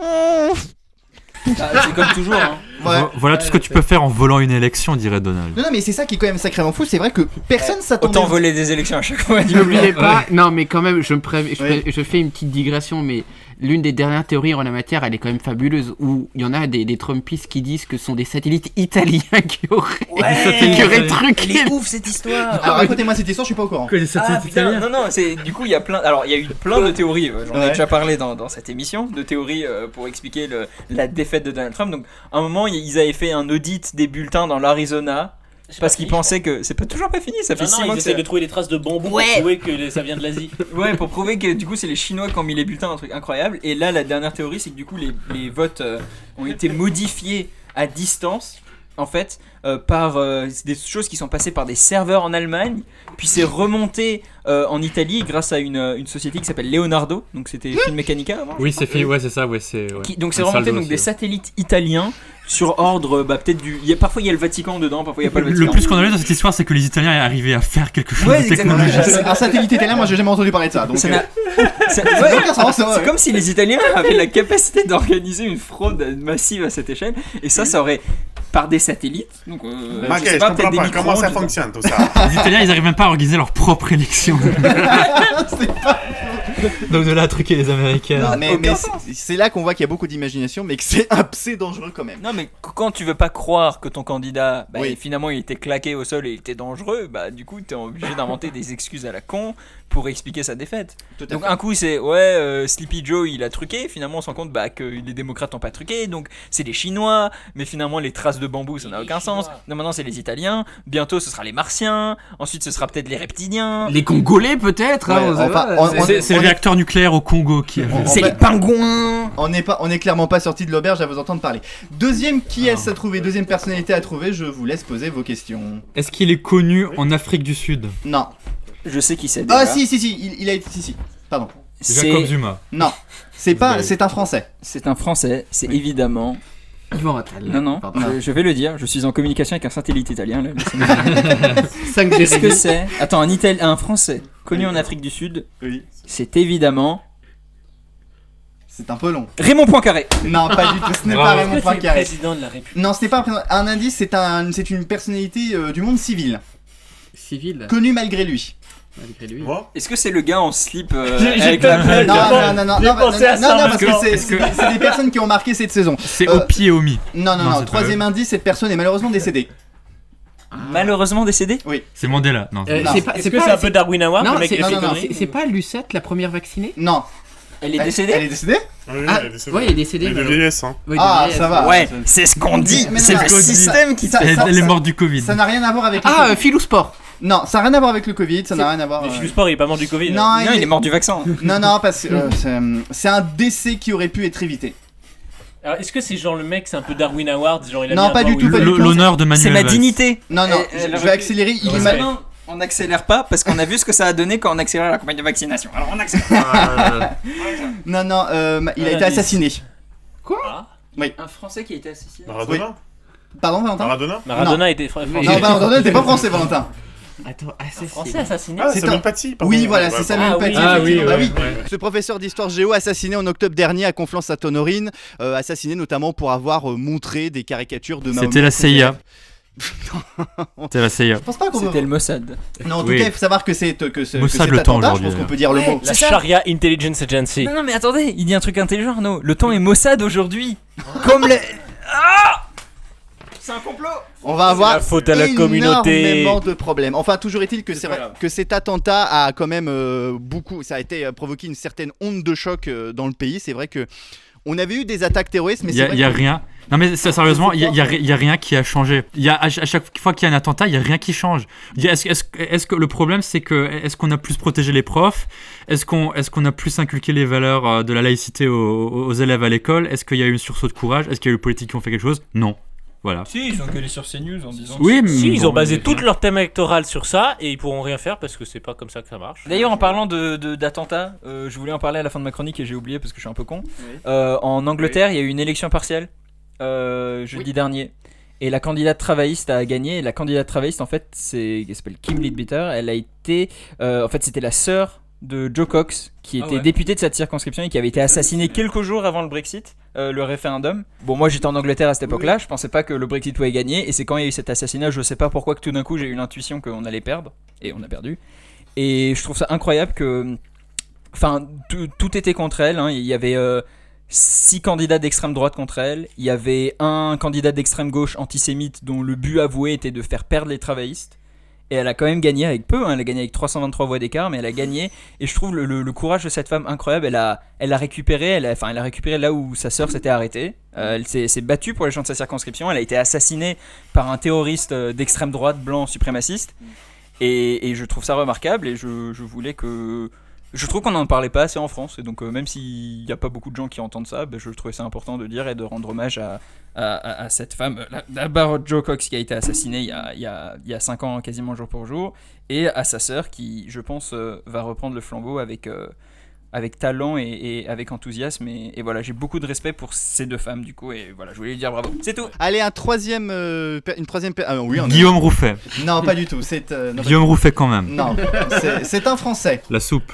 Ah, C'est comme toujours. hein.
Ouais.
Vo- Voilà tout ce que tu peux faire en volant une élection, dirait Donald.
Non, non, mais c'est ça qui est quand même sacrément fou, c'est vrai que personne s'attendait.
Eh, Autant voler des élections à chaque fois.
N'oubliez pas, non mais quand même, je, me pré- je,
Oui.
pré- je fais une petite digression, mais l'une des dernières théories en la matière, elle est quand même fabuleuse, où il y en a des, des Trumpistes qui disent que ce sont des satellites italiens qui auraient, qui auraient truqué.
ouf cette histoire
Alors racontez-moi cette histoire, je suis pas au
(laughs)
courant.
Ah, putain, non, non, c'est du coup, il y a plein. Alors, il y a eu plein de théories. euh, J'en
Ouais.
ai déjà parlé dans, dans cette émission de théories euh, pour expliquer le- la défaite de Donald Trump. Donc, à un moment, ils avaient fait un audit des bulletins dans l'Arizona. Parce qu'ils pensaient que. C'est pas toujours pas fini, ça fait
Non,
6
non,
mois
ils
que
essaient
c'est.
de trouver des traces de bambou
Ouais.
pour prouver que les- ça vient de l'Asie.
Ouais, pour prouver que du coup c'est les Chinois qui ont mis les bulletins, un truc incroyable. Et là, la dernière théorie, c'est que du coup les, les votes euh, ont été modifiés à distance, en fait, euh, par euh, c'est des choses qui sont passées par des serveurs en Allemagne, puis c'est remonté euh, en Italie grâce à une, euh, une société qui s'appelle Leonardo, donc c'était Film Mechanica avant.
Oui, c'est fini, ouais, c'est ça, ouais, c'est. ouais.
Qui- donc c'est
Un
remonté
saldo
donc
aussi,
des
ouais.
satellites italiens sur ordre, euh, bah peut-être du. il y a- parfois il y a le Vatican dedans, parfois il y a pas le Vatican.
Le plus scandaleux dans cette histoire, c'est que les Italiens aient arrivé à faire quelque chose
Ouais,
de
exactement.
technologique.
Un satellite italien, moi j'ai jamais entendu parler de ça. Donc,
Ça
euh,
n'a- (laughs)
ça
ça- ouais,
n'a aucun sens, hein, ouais.
C'est (laughs) comme si les
(laughs)
Italiens avaient la capacité d'organiser une fraude massive à cette échelle, et ça, ça aurait par des satellites. Donc, euh, je
Maquet,
sais
je
pas,
comprends
peut-être
pas
des
comment ça
micro-ondes,
fonctionne tout ça.
Les Italiens, ils arrivent même pas à organiser leur
(laughs)
propre élection. Donc de là à truquer les Américains.
Non, mais,
aucun
mais
sens.
c'est- c'est là qu'on voit qu'il y a beaucoup d'imagination, mais que c'est (laughs) c'est dangereux quand même.
je- Non, mais qu- quand tu veux pas croire que ton candidat, bah,
Oui.
finalement, il était claqué au sol et il était dangereux, bah du coup, t'es obligé d'inventer des excuses à la con pour expliquer sa défaite.
Tout à
Donc
fait.
un coup c'est ouais euh, Sleepy Joe il a truqué finalement on se rend compte bah, que les démocrates n'ont pas truqué donc c'est les chinois mais finalement les traces de bambou ça n'a aucun sens non maintenant c'est les italiens bientôt ce sera les martiens ensuite ce sera peut-être les reptiliens
Les Congolais peut-être hein,
Ouais,
on sait
enfin,
pas.
on-
C'est-
on-
C'est c'est le
est-
réacteur nucléaire au Congo qui a fait.
c'est
on-
les pingouins
On n'est pas, on est clairement pas sorti de l'auberge à vous entendre parler. Deuxième, qui est-ce à trouver Deuxième personnalité à trouver. Je vous laisse poser vos questions.
Est-ce qu'il est connu en Afrique du Sud
Non.
je sais qui c'est
Ah
déjà.
si si si, il, il a été si si. Pardon.
Jacob
c'est
Zuma.
Non. C'est pas,
avez-
c'est un Français.
c'est un français c'est évidemment
Ah.
Yvan Attal.
non non
Pardon.
je, je vais le dire je suis en communication avec un satellite italien
(laughs)
là mais ça me-
5G
qu'est-ce que
réglé.
c'est attends un Ital- un français connu en Afrique du Sud
Oui.
c'est évidemment
C'est un peu long.
Raymond Poincaré
Non, pas du tout. Ce n'est
Bravo.
pas
Est-ce que
Raymond
c'est le
Poincaré.
président de la République
Non, ce n'est pas un président. un indice. C'est un, c'est une personnalité euh, du monde civil,
Civil,
connue malgré lui.
malgré lui.
Moi
est-ce que c'est le gars en slip euh,
J'ai- j'ai
avec
pas
la
fait.
Non, non, non, non, non,
J'ai
non, non,
pensé à ça
non,
en
parce
même
que
temps.
c'est c'est des- c'est des personnes qui ont marqué cette saison.
C'est
Euh,
au pied et au mi.
Non, non,
Non,
non.
c'est pas
Troisième indice, cette personne est malheureusement décédée.
malheureusement décédé
C'est Mandela. Non.
Euh,
Non.
c'est pas,
Est-ce
c'est
que
pas-
c'est un peu Darwin Award
Non,
le mec
c'est-
qui a
non,
fait
non, non,
conneries
c'est- c'est pas Lucette la première vaccinée
Non.
Elle est
Elle
décédée
est décédée
Oui,
Ah,
il est décédé.
Ouais, il est
Il
décédé.
est de
malheureusement.
vieillesse, hein.
Ouais,
Ah,
il est-
ça va.
Ouais, c'est ce qu'on dit,
Mais
c'est
non,
le
ça-
système qui
ça-
fait.
Elle,
ça-
elle est
ça-
morte du Covid.
Ça n'a rien à voir avec. le
Ah,
Covid.
euh, Philou Sport.
non, ça n'a rien à voir avec le Covid. Ça n'a rien à voir.
Mais
euh,
Philippe Sport, il est pas mort du Covid. hein.
Non,
Non, il est mort du vaccin.
Non, non, parce que euh, c'est, euh, c'est un décès qui aurait pu être évité.
Alors, est-ce que c'est genre le mec, c'est un peu Darwin Award genre, il a
Non,
mis un
pas
doigt
du
où
tout,
il-
pas du
Le-
tout.
L'honneur de
C'est
Manuel.
ma
Valls.
dignité.
Non, non, je,
Elle- elle
je
aurait
vais
pu-
accélérer. Il est
Ouais.
mal-
Maintenant, on n'accélère pas parce qu'on a vu ce que ça a donné quand on accélère la campagne de vaccination. Alors on accélère.
Non, non, euh, il a été
indice.
assassiné.
Un Français qui a été assassiné.
Maradona
Pardon, Valentin
Maradona
Maradona était fr-
Non,
français.
Non, Valentin, t'es pas français, Valentin.
Attends,
(laughs) Français
assassiné.
assassiné.
Ah,
C'est
Samuel
un-
Paty pardon.
Oui, voilà,
Ouais,
c'est
bon.
Samuel
Ah oui,
Paty.
ah
oui,
effectivement, bah
ouais, ouais.
Ce professeur d'histoire géo assassiné en octobre dernier à Conflans-Sainte-Honorine, euh, assassiné notamment pour avoir euh, montré des caricatures de Mahomet.
C'était la CIA. C'était la CIA.
Je pense pas qu'on
C'était
peut...
le Mossad.
Non, en tout
Oui.
cas, il faut savoir que c'est euh, que ce, que
Mossad
cet
le temps
attentat, je pense
aujourd'hui,
qu'on peut dire le mot.
La
C'est ça.
Sharia Intelligence
Ah,
Agency.
Non, non, mais attendez, il dit un truc intelligent, Arnaud. Le temps est Mossad aujourd'hui. Comme le. Ah C'est un complot
On va avoir
la faute à la communauté.
énormément de problèmes. Enfin, toujours est-il que, c'est vrai- que cet attentat a quand même euh, beaucoup, ça a été euh, provoqué une certaine onde de choc euh, dans le pays. C'est vrai que on avait eu des attaques terroristes, mais
Il y
c'est
a,
vrai
y a
que-
rien. Non mais ça, sérieusement, il y a, y a ri- y a rien qui a changé. Y a, à, ch- à chaque fois qu'il y a un attentat, il y a rien qui change. Y a- Est-ce est-ce- est-ce que le problème c'est que est-ce qu'on a plus protégé les profs Est-ce qu'on est-ce qu'on a plus inculqué les valeurs euh, de la laïcité aux, aux élèves à l'école Est-ce qu'il y a eu un sursaut de courage Est-ce qu'il y a eu les politiques qui ont fait quelque chose Non. Voilà.
Si, ils ont gueulé sur CNews en disant.
Oui, mais
Si, ils
bon,
ont basé
mais-
tout leur thème électoral sur ça et ils pourront rien faire parce que c'est pas comme ça que ça marche.
D'ailleurs, en parlant d'attentats, de, d'attentats, euh, je voulais en parler à la fin de ma chronique et j'ai oublié parce que je suis un peu con. Euh, en Angleterre, il y a eu une élection partielle euh, jeudi dernier. Et la candidate travailliste a gagné. Et la candidate travailliste, en fait, c'est, elle s'appelle Kim Leadbeater. Elle a été. euh, en fait, c'était la sœur de Joe Cox, qui était députée de cette circonscription et qui avait été assassinée quelques jours avant le Brexit, euh, le référendum. Bon, moi j'étais en Angleterre à cette époque-là, je pensais pas que le Brexit pouvait gagner, et c'est quand il y a eu cet assassinat, je sais pas pourquoi, que tout d'un coup j'ai eu l'intuition qu'on allait perdre, et on a perdu. Et je trouve ça incroyable que. Enfin, tout- tout était contre elle. hein. Il y avait euh, six candidats d'extrême droite contre elle. Il y avait un candidat d'extrême gauche antisémite dont le but avoué était de faire perdre les travaillistes. Et elle a quand même gagné avec peu, hein. elle a gagné avec 323 voix d'écart, mais elle a gagné. Et je trouve le, le- le courage de cette femme incroyable. Elle a, elle a récupéré, elle a, enfin, elle a récupéré là où sa sœur s'était arrêtée. Euh, elle s'est s'est battue pour les gens de sa circonscription. Elle a été assassinée par un terroriste euh, d'extrême droite blanc suprémaciste. Et, et je trouve ça remarquable. Et je, je voulais que, je trouve qu'on n'en parlait pas assez en France, et donc euh, même s'il n'y a pas beaucoup de gens qui entendent ça, bah, je trouvais ça important de dire et de rendre hommage à, à- à- à cette femme, euh, la, la Barrett Joe Cox, qui a été assassinée il y a, il y a- il y a cinq ans, quasiment jour pour jour, et à sa sœur, qui, je pense, euh, va reprendre le flambeau avec, euh, avec talent et, et avec enthousiasme. Et, et voilà, j'ai beaucoup de respect pour ces deux femmes, du coup, et voilà, je voulais lui dire bravo. C'est tout
Allez, un troisième, euh, per- une troisième. per- ah, oui, on a-
Guillaume Rouffet.
Non, pas du tout. C'est euh, non, pas
Guillaume
du tout.
Rouffet quand même.
Non, c'est- c'est un
(laughs)
Français. (laughs)
La soupe.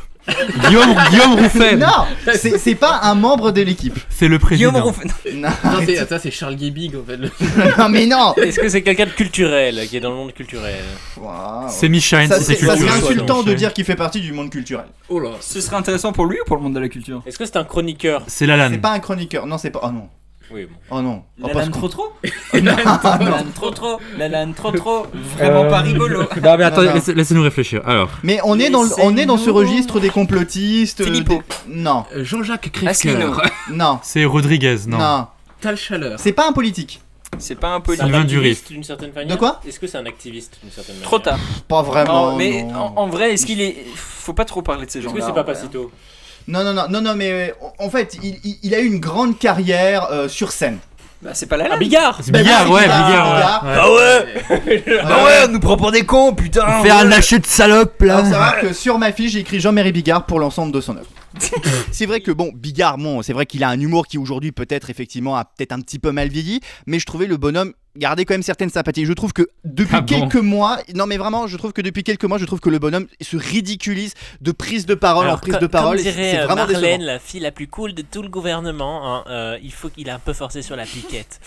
Guillaume, Guillaume Rouffet.
Non, c'est c'est pas un membre de l'équipe.
C'est le président.
Guillaume Rouffet
Non, (laughs)
Non, (laughs) c'est- attends, c'est Charles Guébig en fait. le-
non, mais non.
Est-ce que c'est quelqu'un de culturel, qui est dans le monde culturel
Waouh.
C'est Michael,
Ça,
si
c'est
c'est
ça serait
culturel.
insultant de
Michael.
dire qu'il fait partie du monde culturel.
Oh là.
Ce serait intéressant pour lui ou pour le monde de la culture
Est-ce que c'est un chroniqueur
C'est Lalanne.
C'est pas un chroniqueur. Non, c'est pas. Oh non.
Oui, bon.
Oh non. Oh,
La
parce
lane
qu'on-
trop trop
(laughs)
(laughs)
Ah, non.
La lane trop trop La lane trop trop Vraiment pas rigolo
Non, mais
Non,
attendez,
non.
laissez- laissez-nous réfléchir. Alors,
Mais on est dans le- on est dans ce
Laissez-nous.
registre des complotistes. euh,
Philippot.
des- Non,
Euh, Jean-Jacques
Asselineau.
Krefker.
non,
c'est Rodriguez, non,
non.
Tal Chaleur.
C'est pas un politique.
C'est pas un
C'est un
poli.
Sylvain
activiste d'une certaine manière
De quoi
Est-ce que c'est un activiste d'une certaine manière
Trop tard.
Pas vraiment.
Non, mais
non.
En, en vrai, est-ce qu'il est. Faut pas trop parler de ces
Est-ce
gens-là.
que c'est pas
en vrai.
Passito
Non, non, non, non, non, mais euh, en fait, il, il- il a eu une grande carrière euh, sur scène.
Bah, c'est pas la
Ah,
lame.
Bigard
C'est Bigard,
Ah,
ouais,
Bigard,
Bigard.
Bigard.
ouais.
Euh,
on nous prend pour des cons, putain
Faire un lâcher de salope
alors, ça
là.
va que sur ma fiche, j'ai écrit Jean-Marie Bigard pour l'ensemble de son œuvre. c'est vrai que, bon, Bigard, bon, c'est vrai qu'il a un humour qui aujourd'hui, peut-être, effectivement, a peut-être un petit peu mal vieilli, mais je trouvais le bonhomme garder quand même certaines sympathies. Je trouve que depuis
Ah bon
quelques mois, non, mais vraiment, je trouve que depuis quelques mois, je trouve que le bonhomme se ridiculise de prise de parole en
Alors,
prise
co-
de parole.
Comme
et
dirait
C'est
euh,
vraiment
Marlène,
décevant.
la fille la plus cool de tout le gouvernement, hein, euh, il faut qu'il a un peu forcé sur la piquette.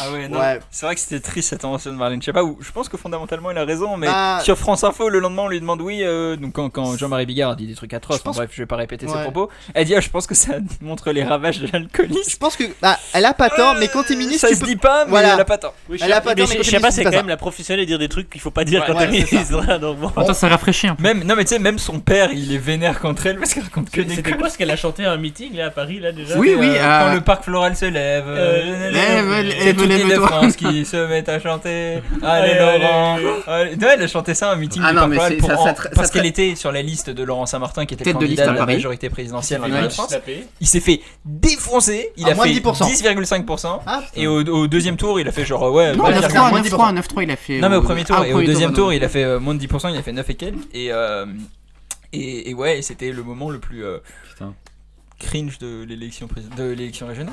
Ah ouais, non.
Ouais.
C'est vrai que c'était triste cette invention de Marlène Schiappa. où Je pense que fondamentalement, il a raison, mais
Bah-
sur France Info, le lendemain, on lui demande oui. euh, donc, quand, quand Jean-Marie Bigard a dit des trucs atroces,
Je pense-
bon, bref, je vais pas répéter ses
Ouais.
propos. Elle dit ah, je pense que ça (laughs) montre les ravages de
Je
l'alcoolisme.
pense que, bah, elle a pas tort, mais quand t'es ministre,
Euh, ça
tu
se
peux-
dit pas, mais
Voilà.
elle a pas tort.
Oui,
Elle a pas tort, Ah, mais
je sais
Philippe,
pas, c'est
pas
quand
ça.
même la professionnelle de dire des trucs qu'il faut pas dire
Ouais,
quand
ouais,
on
c'est
est
ça.
ministre. hein, (laughs) donc bon.
Attends, ça rafraîchit hein. un peu.
Même, non, mais tu sais, même son père, il est vénère contre elle parce qu'elle raconte que des
C'était
conneries.
quoi ce qu'elle a chanté à un meeting là à Paris là déjà
Oui,
Euh,
oui,
Quand
euh,
le parc floral se lève,
Euh,
lève,
c'est
lève,
toute l'île de
lève-toi.
France qui se met
(laughs)
à chanter. Allez,
Allez,
Laurent. Allez. Non, elle a chanté ça à un meeting
Ah
du
non,
parc
mais
floral
c'est-
pour
ça-
en-
ça tra-
parce
ça tra-
qu'elle était sur la liste de Laurent Saint-Martin qui était
Tête de liste
candidat
à
de, la
Paris.
majorité présidentielle en
Ouais.
France. Il s'est fait défoncer. Il
À
a
moins
fait
10%.
10,5%
Ah,
et au, au deuxième tour, il a fait genre ouais.
Non,
bah,
il a
9-3,
fait moins de
9-3, 9-3, il a fait.
non mais au
euh,
premier tour
ah,
et au deuxième
pardon.
tour il a fait euh, moins de 10% il a fait 9 et quelques et euh, et, et ouais c'était le moment le plus euh,
Putain.
cringe de l'élection prés- de l'élection régionale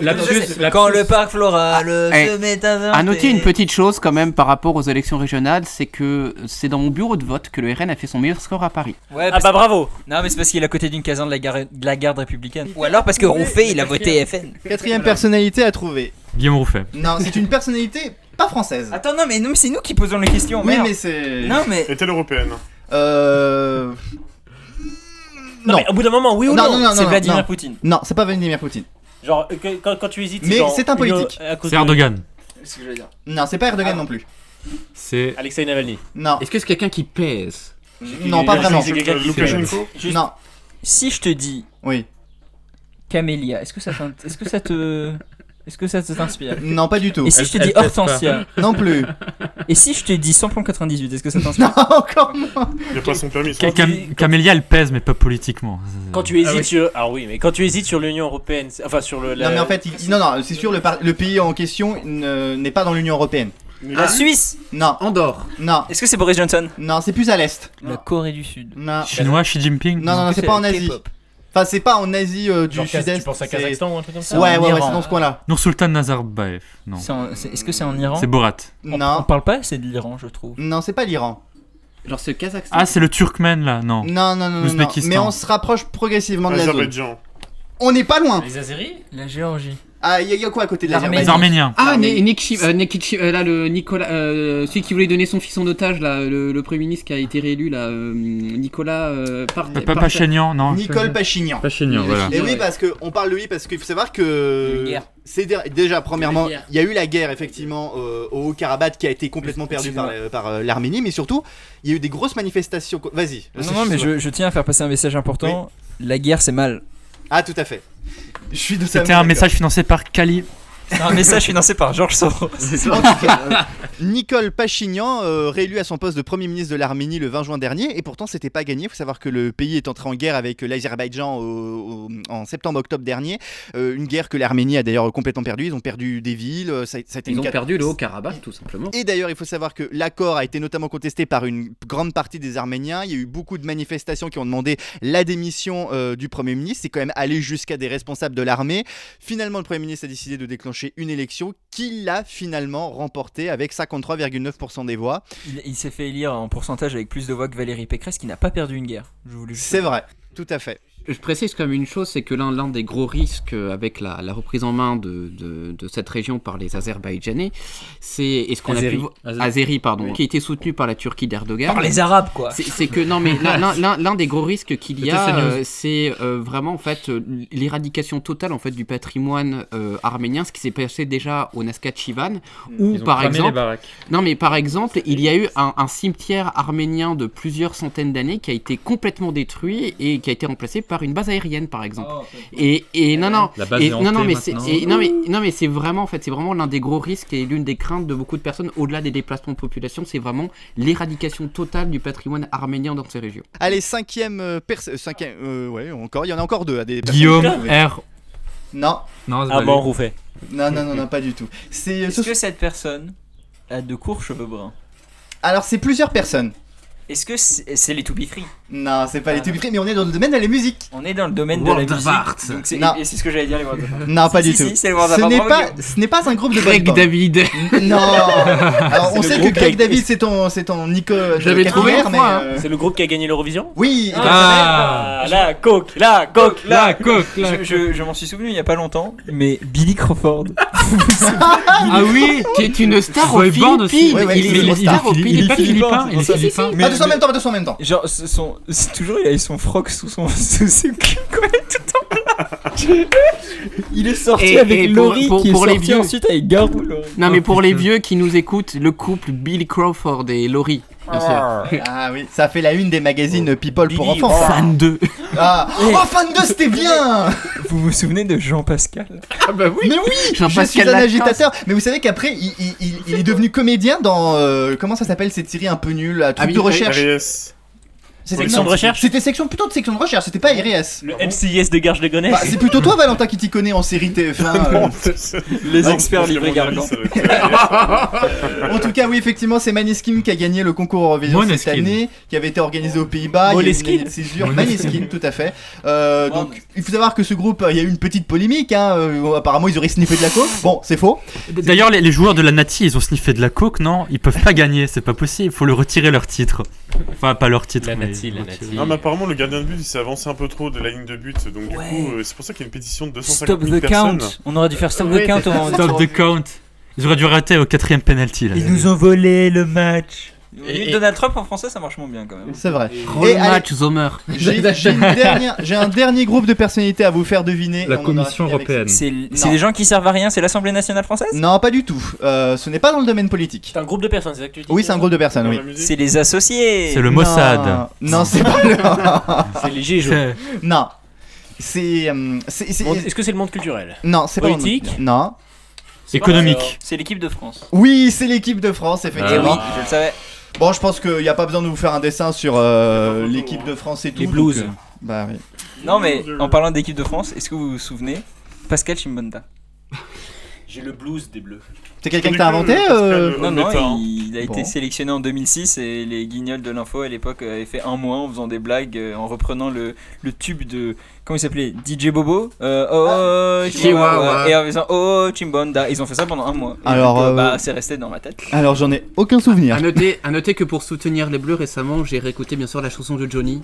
Lapsus, lapsus.
quand le parc floral
eh,
se met à
À noter une petite chose quand même par rapport aux élections régionales, c'est que c'est dans mon bureau de vote que le RN a fait son meilleur score à Paris.
ouais,
Ah
parce-
bah bravo
non mais c'est parce qu'il est à côté d'une caserne de la, gare- de la garde républicaine ou alors parce que Ronfé il a voté FN
Quatrième personnalité à trouver.
Guillaume Rouffet.
Non, c'est une personnalité pas française.
attends non mais, non, mais c'est nous qui posons les questions
oui,
merde.
mais c'est.
non mais
Est-elle européenne
Euh. Non.
Non, mais au bout d'un moment, oui ou
Non,
non,
non, non,
c'est
non,
Vladimir
non.
Poutine
Non, c'est pas Vladimir Poutine.
Genre, euh, que- quand, quand tu hésites,
Mais
genre,
c'est un politique.
une- à cause
C'est
de-
Erdogan.
c'est ce que je veux dire
Non, c'est pas
Ah.
Erdogan non plus.
C'est.
Alexei Navalny.
Non,
Est-ce que c'est quelqu'un qui pèse
non, pas vraiment.
C'est quelqu'un qui-
Lukashenko
juste-
Non,
si je te dis
oui.
Camélia est-ce que ça t'in- est-ce que ça te est-ce que ça te- t'inspire
Non, pas du tout.
et si je te
Elle-
dis
elle pèse
Hortensia
Non
(laughs)
plus.
Et si je te dis samplon 98, est-ce que ça t'inspire
Non, (laughs) encore moins.
Il a pas son permis. ça.
Ca- Cam- Camélia, elle pèse, mais pas politiquement.
Quand tu hésites sur. Ah oui, mais quand tu hésites sur l'Union Européenne, c'est- enfin sur le. la-
Non, mais en fait, il- non, non, c'est sûr, le, par- le pays en question ne- n'est pas dans l'Union Européenne.
Ah.
La Suisse
Non,
Andorre.
non,
Est-ce que c'est Boris Johnson
non, c'est plus à l'est.
La Corée du Sud.
Non,
Chinois, Xi Jinping.
non, non, non, c'est pas en Asie. Enfin, c'est pas en Asie euh, du
genre,
sud-est.
tu penses à
c'est-
Kazakhstan ou un truc comme ça
Ouais, ouais, ouais,
Iran.
c'est dans ce coin-là.
Nursultan Nazarbayev. Non.
C'est en- c'est- Est-ce que c'est en Iran
C'est Borat.
on, on
Non,
parle pas assez de l'Iran, je trouve.
non, c'est pas l'Iran.
Genre c'est le Kazakhstan.
Ah, c'est le Turkmène là. Non.
Non, non, non, non, non.
L'Ouzbékistan.
Mais on se rapproche progressivement de la zone.
Azerbaïdjan.
On n'est pas loin.
Les Azeris
La Géorgie.
Ah, il y, a- il y a quoi à côté de l'Azerbaïdjan
Les Ah, Ni- Nick Chi- euh, Nick Chi- euh, là, le Nicolas, euh, celui qui voulait donner son fils en otage, là, le, le premier ministre qui a été réélu, là, euh, Nicolas. euh, Par-
Pas- pas Pachinian, non.
Nicole Pachignan.
Pachinian, voilà.
Et oui, parce qu'on parle de lui parce qu'il faut savoir que. C'est dé- déjà, premièrement,
guerre.
il y a eu la guerre effectivement euh, au Haut-Karabakh qui a été complètement perdue par, euh, par, euh, l'Arménie, mais surtout, il y a eu des grosses manifestations. co- Vas-y.
Non, non, mais je, je tiens à faire passer un message important. La guerre, c'est mal.
Ah, tout à fait. Je suis de
C'était un message financé par Kali.
C'est un message financé par Georges
En
Soros.
tout cas, euh, Nicole Pachignan, euh, réélue à son poste de Premier ministre de l'Arménie le 20 juin dernier, et pourtant c'était pas gagné. Il faut savoir que le pays est entré en guerre avec euh, l'Azerbaïdjan au- au- en septembre-octobre dernier. Euh, une guerre que l'Arménie a d'ailleurs complètement perdue. Ils ont perdu des villes. euh, Ça, ça a été
Ils
une
ont
cat-
perdu le Haut-Karabakh, tout simplement.
Et d'ailleurs, il faut savoir que l'accord a été notamment contesté par une grande partie des Arméniens. Il y a eu beaucoup de manifestations qui ont demandé la démission euh, du Premier ministre. C'est quand même allé jusqu'à des responsables de l'armée. Finalement, le Premier ministre a décidé de déclencher une élection qu'il a finalement remportée avec 53,9% des voix.
Il, il s'est fait élire en pourcentage avec plus de voix que Valérie Pécresse qui n'a pas perdu une guerre. Je voulais juste-
C'est vrai, tout à fait.
Je précise quand même une chose, c'est que l'un l'un des gros risques euh, avec la, la reprise en main de, de- de cette région par les Azerbaïdjanais, c'est et ce qu'on a pu
Azéri.
vo-
Azéri.
Azéri, pardon,
Oui.
qui a été soutenu par la Turquie d'Erdogan.
Par les Arabes, quoi.
C'est c'est que non, mais l'un- l'un- l'un l'un des gros risques qu'il y
C'était
a,
ces news.
euh, c'est euh, vraiment en fait euh, l'éradication totale en fait du patrimoine euh, arménien, ce qui s'est passé déjà au Nazca Chivan, où
Ils ont
par
cramé les
exemple,
baraques.
non mais par exemple, il y a eu un, un cimetière arménien de plusieurs centaines d'années qui a été complètement détruit et qui a été remplacé par une base aérienne par exemple. et, et non non,
Oh, La base
et
est
non non
hantée
mais c'est
maintenant.
et non mais non mais c'est vraiment en fait c'est vraiment l'un des gros risques et l'une des craintes de beaucoup de personnes au-delà des déplacements de population, c'est vraiment l'éradication totale du patrimoine arménien dans ces régions.
Allez, cinquième euh, perso- euh, Cinquième. euh, ouais, encore. Il y en a encore deux. à des personnes
Guillaume
qui arrivent.
R.
Non.
Non,
Ah bon, Rouffet.
Non, non, non, non, pas du tout. C'est. euh,
Est-ce que cette personne a de courts cheveux bruns
Alors, c'est plusieurs personnes.
Est-ce que c'est c'est les To Be Free
Non, c'est
Ah.
pas les Tubitrés, mais on est dans le domaine de la musique.
On est dans le domaine
World
de la
of
musique.
Art.
donc c'est-
Non.
Et c'est ce que j'allais dire, les World of Art.
Non, pas
Si,
du
si,
tout.
Si, c'est les World of
ce
Art.
n'est
Bravo,
pas,
Guillaume.
ce n'est pas un groupe de
Greg
boy band.
David.
Non. Alors,
C'est
on
le
sait que
groupe
Greg
qui-
David, c'est ton, c'est ton Nico.
J'avais trouvé,
capillaire,
je
mais.
crois,
euh,
C'est le groupe qui a gagné l'Eurovision
Oui.
Ah, la coke, la coke, la coke, la
Je, je- je m'en suis souvenu il n'y a pas longtemps, mais Billy Crawford.
Ah oui, qui est une star aux
Boy band
Philippines.
aussi.
Il-
Ouais, ouais,
il,
il est
est une
phili-
star aux
il est
Philippines.
philippin, il est
Si, si, si.
philippin.
Pas
Mais-
de soi en même temps, pas de soi en même temps.
Genre, ce- son, c'est toujours il a son froc sous son (laughs) sous ses quoi, tout le temps. il est sorti
Et-
avec
et pour-
Laurie
pour-
qui
pour
est
les
sorti
vieux.
ensuite avec Garou.
Non mais pour les vieux qui nous écoutent, le couple Billy Crawford et Laurie. bien sûr.
Ah oui, ça fait la une des magazines People pour enfants. ça.
Fan 2.
Ah,
Eh.
oh, fan 2, c'était bien!
Vous vous souvenez de Jean Pascal
Ah bah oui.
Mais oui! Je
Jean-Pascal
suis un
Lacasse.
agitateur! Mais vous savez qu'après, il, il- il- il est devenu comédien dans. euh, comment ça s'appelle cette série un peu nulle? là,
Ah
Truc
oui,
de recherche? (laughs)
RS.
C'était-
Section de recherche
C'était section, plutôt de section de recherche, c'était pas RS.
Le MCS de Garges de Gonesse
Bah, c'est plutôt toi, Valentin, qui t'y connais en série TF1.
(laughs)
euh.
Non, c'est-
Les
non,
experts
c'est
livrés
mon avis,
Gargan.
ça doit
(laughs)
être-
En tout cas, oui, effectivement, c'est Maneskin qui a gagné le concours Eurovision cette
Måneskin.
année, qui avait été organisé aux Pays-Bas.
Måneskin.
Il y a eu une année de césure. Maneskin, tout à fait. Euh, donc, il faut savoir que ce groupe, euh, il y a eu une petite polémique. hein, euh, apparemment, ils auraient sniffé de la coke. Bon, c'est faux.
D'ailleurs, les, les joueurs de la Nati, ils ont sniffé de la coke, non Ils peuvent pas gagner, c'est pas possible. Faut le retirer leur titre. Enfin, pas leur titre.
La
mais-
Nati, la Nati.
Non, mais apparemment, le gardien de but il s'est avancé un peu trop de la ligne de but, donc du coup, euh, c'est pour ça qu'il y a une pétition de 250
Stop
000
the count.
personnes.
On aurait dû faire stop
Oui,
the count au moment
Stop the count. Ils auraient dû rater au quatrième penalty. Là.
ont volé le match.
Et- et-
Donald Trump en français, ça marche moins bien quand même.
C'est vrai. Et
Roll
allez,
match Zomer.
j'ai j'ai une dernière- j'ai un dernier groupe de personnalités à vous faire deviner.
La
On en
Commission
aura fini avec
européenne.
C'est
Non.
Hmm. c'est des gens qui servent à rien, c'est l'Assemblée nationale
ça.
française
Non, pas du tout. Euh, ce n'est pas dans le domaine politique.
C'est un groupe de personnes, c'est ça que tu dis
Oui, c'est un groupe de personnes, oui.
C'est les associés.
C'est le Mossad.
Non, Non, c'est pas le. (laughs)
C'est les Gilets jaunes.
C'est-
non. C'est. euh, c'est- c'est-
Monde- Est-ce que c'est le monde culturel
Non, c'est pas dans le-
Politique
Non.
Économique.
C'est l'équipe de France.
Oui, c'est l'équipe de France,
Eh oui,
effectivement.
je le savais.
Bon, je pense qu'il n'y a pas besoin de vous faire un dessin sur euh, l'équipe de France et tout.
Les Blues.
donc, euh, bah oui.
Non mais en parlant d'équipe de France, est-ce que vous vous souvenez Pascal Chimbonda
J'ai le blues des bleus.
C'est quelqu'un que t'as inventé euh,
Non non,
Méta, hein.
il, il a
Bon.
été sélectionné en 2006 et les guignols de l'info à l'époque avaient fait un mois en faisant des blagues euh, en reprenant le, le tube de comment il s'appelait DJ Bobo euh,
Ah,
Oh Chihuahua et en faisant Oh Chimbonda. Ils ont fait ça pendant un mois. Et
Alors,
donc, euh,
euh,
bah c'est resté dans ma tête.
Alors, j'en ai aucun souvenir.
À noter, à noter que pour soutenir les Bleus récemment, j'ai réécouté bien sûr la chanson de Johnny.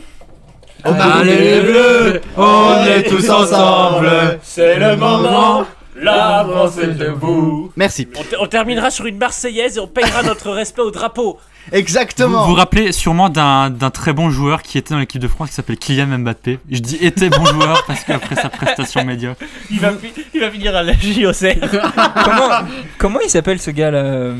Allez, Ah, les
Bleus,
on est tous ensemble,
c'est
le moment,
La France est debout.
Merci.
On, te- on terminera sur une Marseillaise et on payera notre respect au drapeau.
Exactement.
Vous vous rappelez sûrement d'un d'un très bon joueur qui était dans l'équipe de France qui s'appelle Kylian Mbappé. Je dis était bon joueur parce qu'après sa prestation médiocre.
Il va, fi- il va finir à la JOC.
(laughs) comment, comment il s'appelle ce gars là euh,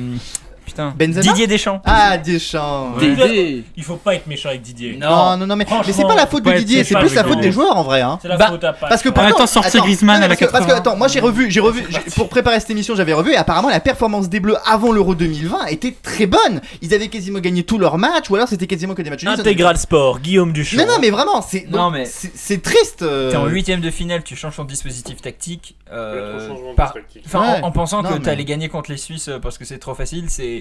Putain.
Benzema
Didier Deschamps.
Ah, Deschamps.
Il
Ouais.
doit- Il faut pas être méchant avec Didier.
Non, non, non, mais, mais c'est
Franchement,
pas la faute de
ouais,
Didier,
c'est
c'est
pas
plus la
rigolo.
faute des joueurs en vrai. Hein.
C'est la
Bah,
faute à Pâques.
Parce que
Ouais,
pourtant,
attends, sortir
attends,
Griezmann
non,
à la
parce que- Parce que
80.
attends, moi j'ai revu, j'ai revu, j'ai- pour préparer cette émission, j'avais revu et apparemment la performance des Bleus avant l'Euro 2020 était très bonne. Ils avaient quasiment gagné tous leurs matchs ou alors c'était quasiment que des matchs nuls.
Intégral Sport, Guillaume Duchamp.
Non, non, mais vraiment, c'est
Non,
donc,
mais-
c'est c'est triste. euh,
T'es en huitième de finale, tu changes ton dispositif tactique. euh,
L'autre changement de
par-
tactique.
enfin,
Ouais.
en, en pensant
Non,
que
mais-
t'allais gagner contre les Suisses euh, parce que c'est trop facile, c'est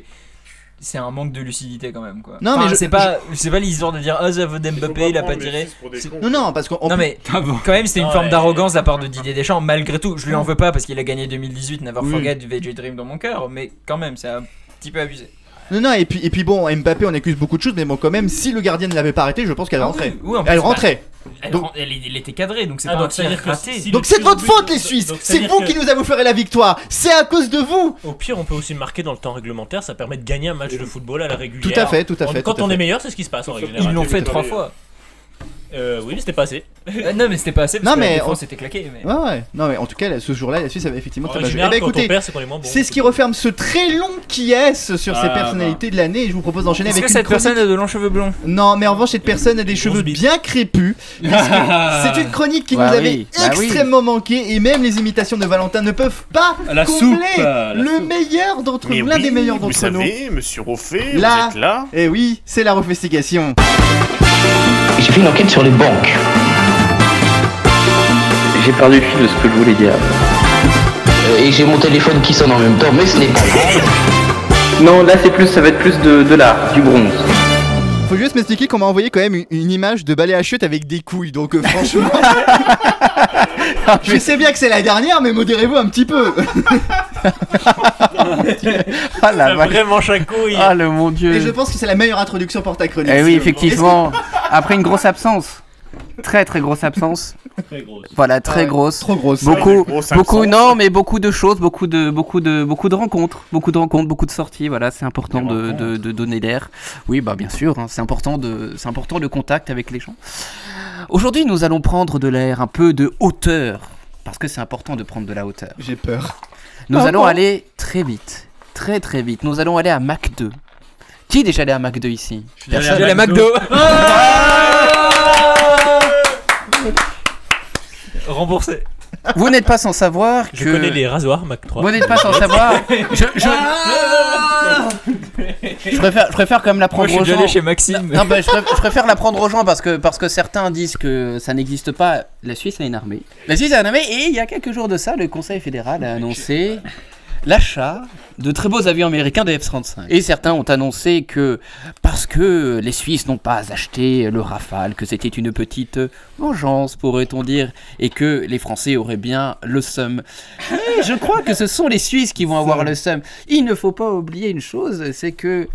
c'est un manque de lucidité quand même quoi.
Non,
Enfin,
mais je-
c'est pas c'est pas l'histoire de dire ah ça vaut
Il faut
Mbappé, il a
prendre
pas
les
tiré.
fils pour des
C'est-
cons.
Non, non, parce qu'on. on-
Non
(laughs)
mais
Ah bon.
quand même c'est une
Ouais.
forme d'arrogance de la part de Didier Deschamps malgré tout. Je lui en veux pas parce qu'il a gagné 2018 Never
Oui.
Forget VG Dream dans mon cœur, mais quand même c'est un petit peu abusé.
Non, non, et puis, et puis bon, Mbappé, on accuse beaucoup de choses, mais bon, quand même, si le gardien ne l'avait pas arrêté, je pense qu'elle
Ah
rentrait.
oui, oui, en plus,
Elle
bah,
rentrait.
elle,
Donc-
ren- elle- il était cadré donc c'est
Ah,
pas un
donc, ça veut
tir
dire que
raté.
si-
Donc c'est de votre faute,
Donc,
les Suisses.
donc, ça veut
C'est
dire
vous
que-
qui nous avez offert la victoire. C'est à cause de vous.
Au pire, on peut aussi marquer dans le temps réglementaire, ça permet de gagner un match de football à la régulière.
Tout à fait, tout à
On-
fait.
Quand
tout à
on
fait.
est meilleur, c'est ce qui se passe en règle
Ils
Ils
générale.
l'ont
l'ont
fait
fait
trois
travailler.
fois.
Euh, oui, mais c'était pas assez.
Euh, non mais c'était pas assez parce
Non,
que
mais
la
on-
défense était claquée. mais- Oh,
Ouais, ouais. Non, mais en tout cas, ce jour-là, la Suisse avait effectivement
En
très
règle
bien joué. Eh
générale,
ben,
quand
écoutez,
on perd, c'est qu'on est moins bon.
c'est ce qui referme ce très long qui est sur ces
Ah,
personnalités de l'année. Et je vous propose d'enchaîner
Est-ce
avec
que
une
cette
chronique-
personne a de longs cheveux blonds
Non, mais en revanche, cette personne a des
Une
cheveux
grosse bite.
bien
(laughs)
crépus. puisque C'est une chronique qui
Bah
nous
oui,
avait
bah oui.
extrêmement manqué et même les imitations de Valentin ne peuvent pas
La
combler
soupe, euh, la
le
soupe.
meilleur d'entre
Mais
nous, l'un
oui,
des meilleurs
vous
d'entre nous.
savez, monsieur Roffet, vous
Là.
êtes là.
Et oui, c'est la refestigation.
J'ai fait une enquête sur les banques. J'ai perdu le fil de ce que je voulais dire. Euh, Et j'ai mon téléphone qui sonne en même temps, mais ce n'est pas grave. Non, là c'est plus, ça va être plus de, de l'art, du bronze.
Faut juste m'expliquer qu'on m'a envoyé quand même une- une image de balai à chute avec des couilles, donc euh,
(laughs)
franchement. Je sais bien que c'est la dernière, mais modérez-vous un petit peu.
Euh. Ah la vache.
Vraiment chacouille.
Ah le mon
Et je
dieu.
pense que c'est la meilleure introduction pour ta chronique.
Eh oui,
Sylvain.
effectivement. Après une grosse absence. Très très grosse absence.
Très grosse.
Voilà,
Ah
très
ouais,
grosse.
Trop grosse.
Beaucoup,
Des grosses
beaucoup,
absences.
non, mais beaucoup de choses, beaucoup de, beaucoup de, beaucoup de rencontres, beaucoup de rencontres, beaucoup de sorties. Voilà, c'est important
Des
de,
rencontres.
de, de donner l'air. Oui, bah bien sûr, hein, c'est important de, c'est important le contact avec les gens. Aujourd'hui, nous allons prendre de l'air, un peu de hauteur, parce que c'est important de prendre de la hauteur.
J'ai peur.
Nous
Ah
allons
bon
aller très vite, très très vite. Nous allons aller à Mac 2. Qui est déjà allé à Mac 2 ici
De la McDo. Remboursé.
Vous n'êtes pas sans savoir que
Je connais les rasoirs Mac 3.
Vous n'êtes pas sans savoir. Je, je... je préfère, je préfère quand même la
Moi
prendre
je suis
aux
déjà
gens.
allé chez Maxime.
Non, bah, je, préfère, je préfère la prendre aux gens parce que, parce que certains disent que ça n'existe pas. La Suisse a une armée. La Suisse a une armée et il y a quelques jours de ça, le Conseil fédéral a annoncé l'achat de très beaux avions américains de F-35. Et certains ont annoncé que parce que les Suisses n'ont pas acheté le Rafale, que c'était une petite vengeance, pourrait-on dire, et que les Français auraient bien le seum. Mais je crois que ce sont les Suisses qui vont avoir le seum. Il ne faut pas oublier une chose, c'est que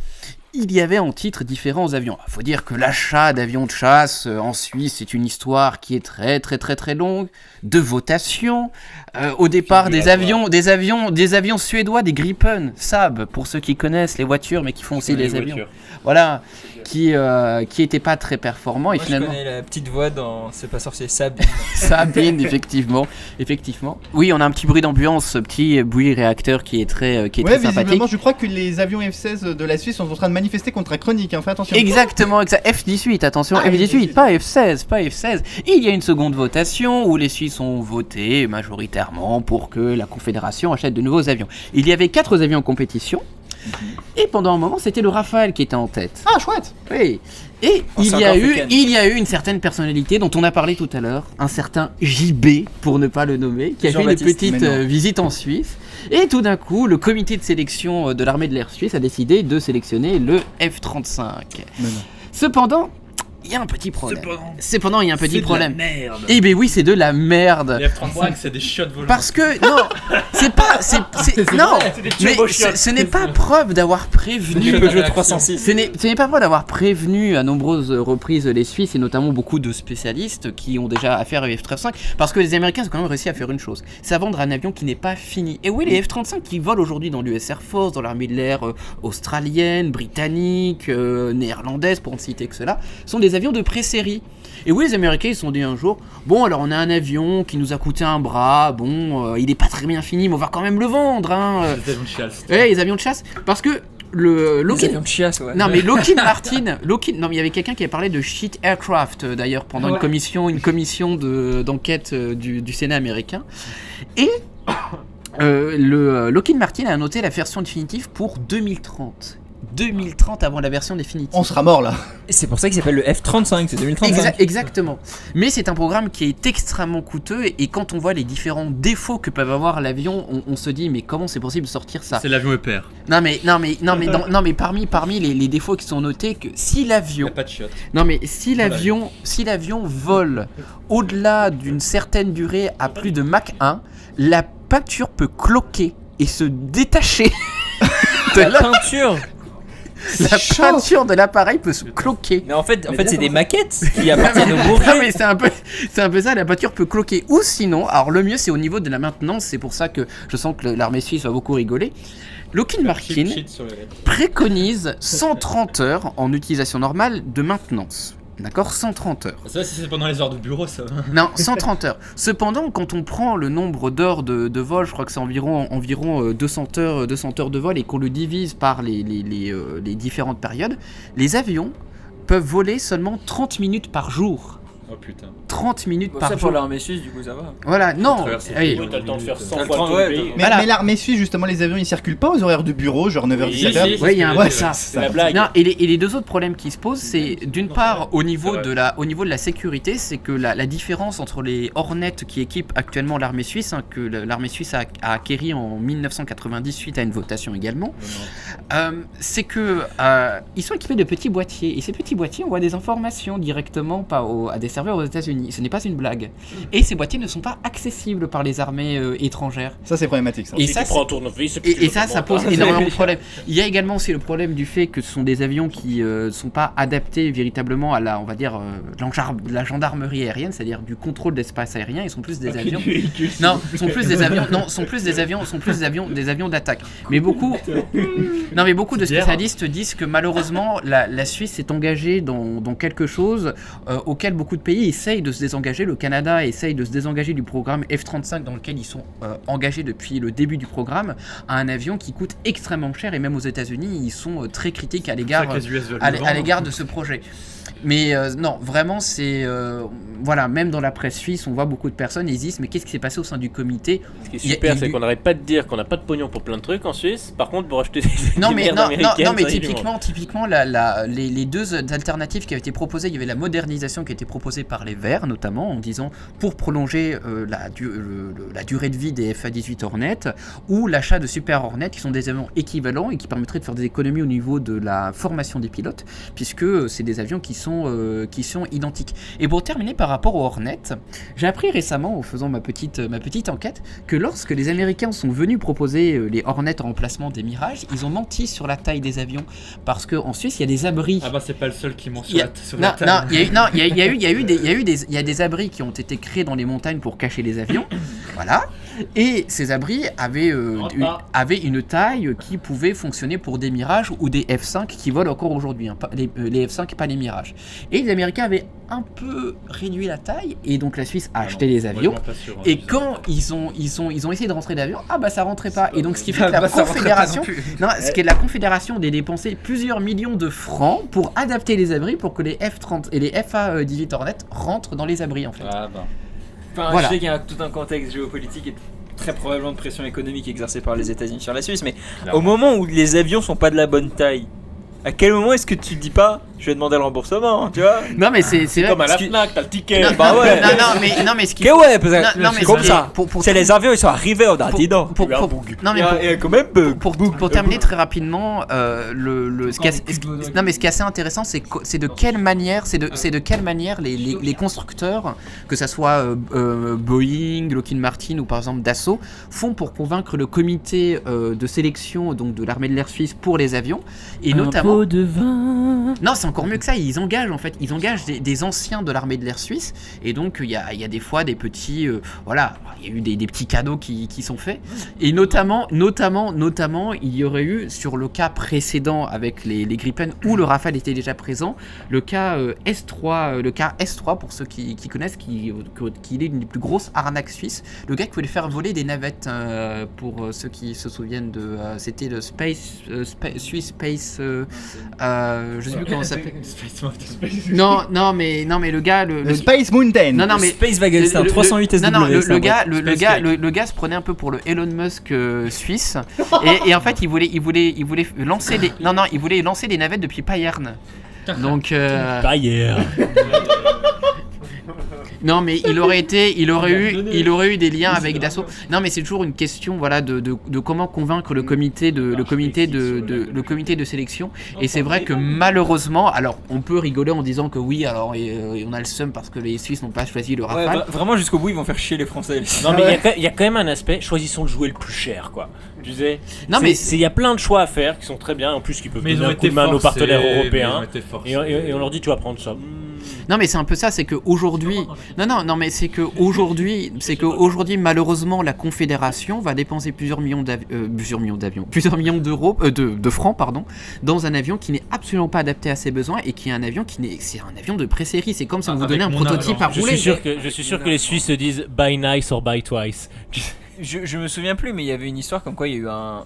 il y avait en titre différents avions. Il faut dire que l'achat d'avions de chasse euh, en Suisse, c'est une histoire qui est très très très très longue, de votation. Euh, au départ, des avions, des avions, des avions suédois, des Gripen, Saab, pour ceux qui connaissent les voitures, mais qui font aussi les, avions. Voilà, qui euh, qui n'étaient pas très performants et
Moi,
finalement. (laughs)
Je connais la petite voix dans C'est pas sorcier Sab.
Sabine, effectivement, effectivement. Oui, on a un petit bruit d'ambiance, ce petit bruit réacteur qui est très, euh, qui est
Ouais,
très sympathique.
visiblement, je crois que les avions F-16 de la Suisse sont en train de manifester contre la chronique. Hein. Fais attention.
Exactement, exact. F18, attention,
Ah,
F18,
F18,
pas F16, pas F16. Il y a une seconde votation où les Suisses ont voté majoritairement pour que la Confédération achète de nouveaux avions. Il y avait quatre avions en compétition. Et pendant un moment, c'était le Rafale qui était en tête.
Ah, chouette.
Oui. Et
On s'est
il y, a
encore
eu,
fait ken.
il y a eu une certaine personnalité dont on a parlé tout à l'heure, un certain JB, pour ne pas le nommer, qui a fait une
Jean-Baptiste,
petite
mais non.
euh, visite en Suisse. Et tout d'un coup, le comité de sélection euh, de l'armée de l'air suisse a décidé de sélectionner le F-35.
Mais non.
Cependant, il y a un petit problème.
Cependant,
Cependant, il y a un
c'est
petit
de la
problème.
merde.
Eh ben oui, c'est de la merde.
Les F-35, c'est des chiottes volantes.
Parce que non, c'est pas, c'est, c'est-
C'est
non,
vrai, c'est des
mais
turbochiottes.
ce, ce n'est pas preuve d'avoir prévenu.
C'est des Peugeot 306.
Ce n'est, ce n'est pas preuve d'avoir prévenu à nombreuses reprises les Suisses et notamment beaucoup de spécialistes qui ont déjà affaire aux F-35 parce que les Américains ont quand même réussi à faire une chose, c'est à vendre un avion qui n'est pas fini. Et oui,
Mm.
les F-35 qui volent aujourd'hui dans l'US Air Force, dans l'armée de l'air euh, australienne, britannique, euh, néerlandaise, pour ne citer que cela, sont des avions de pré-série. Et oui, les Américains, ils se sont dit un jour, bon, alors on a un avion qui nous a coûté un bras, bon, euh, il est pas très bien fini, mais on va quand même le vendre. Hein. euh.
Des avions de chasse.
Eh, les avions de chasse, parce que le Lockheed-
avions de chasse, ouais.
Non, mais Lockheed Martin, Lockheed, non, mais il y avait quelqu'un qui avait parlé de shit aircraft euh, d'ailleurs pendant
Ouais.
une commission, une commission de d'enquête euh, du, du Sénat américain, et euh, le euh, Lockheed Martin a annoncé la version définitive pour 2030. 2030 avant la version définitive.
On sera mort là.
Et c'est pour ça qu'il s'appelle le F35, c'est 2035.
Exa- exactement. Mais c'est un programme qui est extrêmement coûteux et, et quand on voit les différents défauts que peuvent avoir l'avion, on, on se dit mais comment c'est possible de sortir ça
C'est l'avion épère.
Non mais non mais non mais dans- non mais parmi parmi les, les défauts qui sont notés que si l'avion
Pas de chiottes.
non mais si l'avion si l'avion vole au-delà d'une certaine durée à plus de Mach 1, la peinture peut cloquer et se détacher. de la
peinture
La peinture de l'appareil peut se cloquer.
Mais en fait, en
Mais
fait c'est
d'accord.
des maquettes qui appartiennent au
(laughs) Non, mais c'est un peu, c'est un peu ça. La peinture peut cloquer ou sinon. Alors le mieux, c'est au niveau de la maintenance. C'est pour ça que je sens que l'armée suisse va beaucoup rigoler. Lockheed Martin
Cheat sur les lettres.
préconise 130 heures en utilisation normale de maintenance. D'accord, 130 heures.
Ça, c'est pendant les heures de bureau, ça.
Non, 130 heures. Cependant, quand on prend le nombre d'heures de, de vol, je crois que c'est environ, environ euh, 200, heures, 200 heures de vol, et qu'on le divise par les, les- les, euh, les différentes périodes, les avions peuvent voler seulement 30 minutes par jour.
Oh putain.
30 minutes
Bon,
par
ça
jour.
pour l'armée suisse, du coup, ça va.
Voilà, non.
Traverser
oui.
le pays, t'as le temps de faire 100
T'as le
fois
temps,
tout
ouais,
le pays.
t'as-
Mais,
Voilà.
mais l'armée suisse, justement, les avions ils circulent pas aux horaires de bureau, genre 9h,
Oui,
17h.
si, si,
Ouais, il y a un-
ouais,
c'est
ça,
c'est
ça.
la blague.
Non, et les, et les deux autres problèmes qui se posent, c'est d'une part au niveau
C'est vrai.
de la, au niveau de la sécurité, c'est que la, la différence entre les Hornets qui équipent actuellement l'armée suisse, hein, que la- l'armée suisse a, a acquéri en 1998 suite à une votation également, euh, c'est que euh, ils sont équipés de petits boîtiers et ces petits boîtiers envoient des informations directement par au- à des serveurs aux États-Unis. Ce n'est pas une blague.
Hmm.
Et ces boîtiers ne sont pas accessibles par les armées euh, étrangères.
Ça, c'est problématique ça.
Et
si
ça,
tu prends un tournevis, puis tu
Et, et
le
ça, ça
commandes (laughs)
pose énormément de problèmes. Il y a également aussi le problème du fait que ce sont des avions qui ne sont pas adaptés véritablement à la, on va dire, euh, l'enjar- la gendarmerie aérienne, c'est-à-dire du contrôle d'espace aérien. Ils sont plus des avions. Non, sont plus des avions. Non, sont plus des avions. Sont plus des avions, des avions d'attaque. Mais
(laughs)
beaucoup, non, mais beaucoup de spécialistes disent que malheureusement, la, la Suisse est engagée dans, dans quelque chose euh, auquel beaucoup de pays essayent de se désengager. Le Canada essaye de se désengager du programme F-35 dans lequel ils sont euh, engagés depuis le début du programme à un avion qui coûte extrêmement cher et même aux États-Unis, ils sont euh, très critiques à l'égard
Ça que les US veulent
à
le
l'é- à
vendre.
l'égard de ce projet. Mais euh, non, vraiment, c'est. euh, voilà, même dans la presse suisse, on voit beaucoup de personnes, ils disent Mais qu'est-ce qui s'est passé au sein du comité
Ce qui est
Il y a-
super,
il-
c'est qu'on n'arrête pas de dire qu'on n'a pas de pognon pour plein de trucs en Suisse. Par contre, pour acheter des (laughs)
non
des
mais,
merdes
non, non,
américaines,
non, mais
ça y est, du monde.
typiquement, typiquement la, la- les, les deux alternatives qui avaient été proposées, il y avait la modernisation qui a été proposée par les Verts notamment en disant pour prolonger euh, la, du- le- le- la durée de vie des FA-18 Hornet ou l'achat de Super Hornet qui sont des avions équivalents et qui permettraient de faire des économies au niveau de la formation des pilotes puisque euh, c'est des avions qui sont, euh, qui sont identiques. Et pour terminer par rapport aux Hornet, j'ai appris récemment en faisant ma petite, ma petite enquête que lorsque les Américains sont venus proposer euh, les Hornets en remplacement des Mirage, ils ont menti sur la taille des avions parce qu'en Suisse il y a des abris.
Ah bah, c'est pas le seul qui ment
Il
sur
y a-
la sur
Non,
la table.
non, il y a eu- non, il y a- il y a eu- il y a eu des- il y a eu des- il y a des abris qui ont été créés dans les montagnes pour cacher
(coughs)
les avions. Voilà. Et ces abris avaient, euh,
Rentre
une,
pas.
avaient une taille qui pouvait fonctionner pour des mirages ou des F5 qui volent encore aujourd'hui. hein, pas- les, euh, les F5 et pas les mirages. Et les Américains avaient un peu réduit la taille et donc la Suisse a acheté les
Moi, je
avions.
mens pas
hein,
sur, euh,
Et
les
quand ils ont, ils, ont, ils ont essayé de rentrer l'avion, ah bah ça rentrait pas. Et donc ce qui fait que
Ah
la
bah, (laughs) ça rentrait pas
confédération,
non plus.
non, ce qui est la confédération des dépensé plusieurs millions de francs pour adapter les abris pour que les F30 et les FA18 Hornet rentrent dans les abris en fait.
Ah bah.
Enfin,
Voilà.
Je sais qu'il y a un- tout un contexte géopolitique et très probablement de pression économique exercée par les États-Unis sur la Suisse, mais au moment où les avions sont pas de la bonne taille, à quel moment est-ce que tu te dis pas je vais demander le remboursement, hein, tu vois.
Non, mais c'est c'est
Comme
vrai,
à la
ce qui-
Fnac, t'as le ticket.
Non,
bah ouais.
non, non, mais- non, mais ce qui-
Que ouais, parce que
Non, non,
c'est
mais
comme
ce qui-
ça.
pour- pour-
c'est les avions, ils sont arrivés au Datidon.
pour, pour- non, mais
Il y a-
pour-
il y a euh, quand même
Euh,
pour, pour- pour terminer très rapidement, euh, le, le- ce qui est, ce qui- non, mais ce qui est assez intéressant, c'est co- c'est de quelle manière, c'est de, c'est de quelle manière les, les- les constructeurs, que ça soit euh, euh, Boeing, Lockheed Martin ou par exemple Dassault, font pour convaincre le comité euh, de sélection donc de l'armée de l'air suisse pour les avions et
Un
notamment
pot de vin.
non, c'est encore mieux que ça. Ils engagent en fait, ils engagent des, des anciens de l'armée de l'air suisse. Et donc il y a, il y a des fois des petits, euh, voilà, il y a eu des, des petits cadeaux qui, qui sont faits. Et notamment, notamment, notamment, il y aurait eu sur le cas précédent avec les, les Gripen où le Rafale était déjà présent, le cas euh, S3, euh, le cas S3 pour ceux qui, qui connaissent, qui, que- qu'il est une des plus grosses arnaques suisses. Le gars qui voulait faire voler des navettes euh, pour euh, ceux qui se souviennent de, euh, c'était le Space, euh, Spa- Swiss Space, euh, euh, je sais plus comment ça s'appelle. Non, non, mais non, mais le gars, le, le-
Space Mountain.
Non, non, mais
Space Wagon,
le-
c'est un
le- le-
308
Non, non,
SW,
le,
c'est
le
un
gars,
vrai
le, le
Space
gars,
Wagon.
le, le gars se prenait un peu pour le Elon Musk euh, suisse, et, et en fait, il voulait, il voulait, il voulait lancer des, non, non, il voulait lancer des navettes depuis Payerne. Donc. Euh...
Payerne.
Non mais il aurait été, il aurait
On lui a
eu,
donné.
il aurait eu des liens avec Dassault. Non mais c'est toujours une question, voilà, de, de- de comment convaincre le comité de le comité de, de- le comité de sélection. Et c'est vrai que malheureusement, alors on peut rigoler en disant que oui, alors et, euh, et on a le seum parce que les Suisses n'ont pas choisi le
Ouais, bah,
Rafale.
vra- vraiment jusqu'au bout, ils vont faire chier les Français.
Non,
Ah
mais il y a quand- il y, a quand même un aspect, choisissons le jouet le plus cher, quoi. Tu sais
Non,
C'est-
mais-
c'est- Il y a plein de choix à faire qui sont très bien, en plus qui peuvent
Mais ils
donner
ont
un coup
été
de main à nos
forcés,
partenaires
mais ils
européens.
ont été forcés.
Et, et- et on leur dit, tu vas prendre ça.
Non mais c'est un peu ça, c'est que aujourd'hui, non non non mais c'est que aujourd'hui, c'est que aujourd'hui malheureusement la Confédération va dépenser plusieurs millions d'avi- euh, plusieurs millions d'avions, plusieurs millions d'euros euh, de, de francs pardon, dans un avion qui n'est absolument pas adapté à ses besoin et qui est un avion qui n'est c'est un avion de pré-série, c'est comme si on Ah, vous donnait un prototype à
je
rouler.
suis sûr que Je suis sûr que les Suisses se disent buy nice or buy twice.
Je, je me souviens plus, mais il y avait une histoire comme quoi il y a eu un.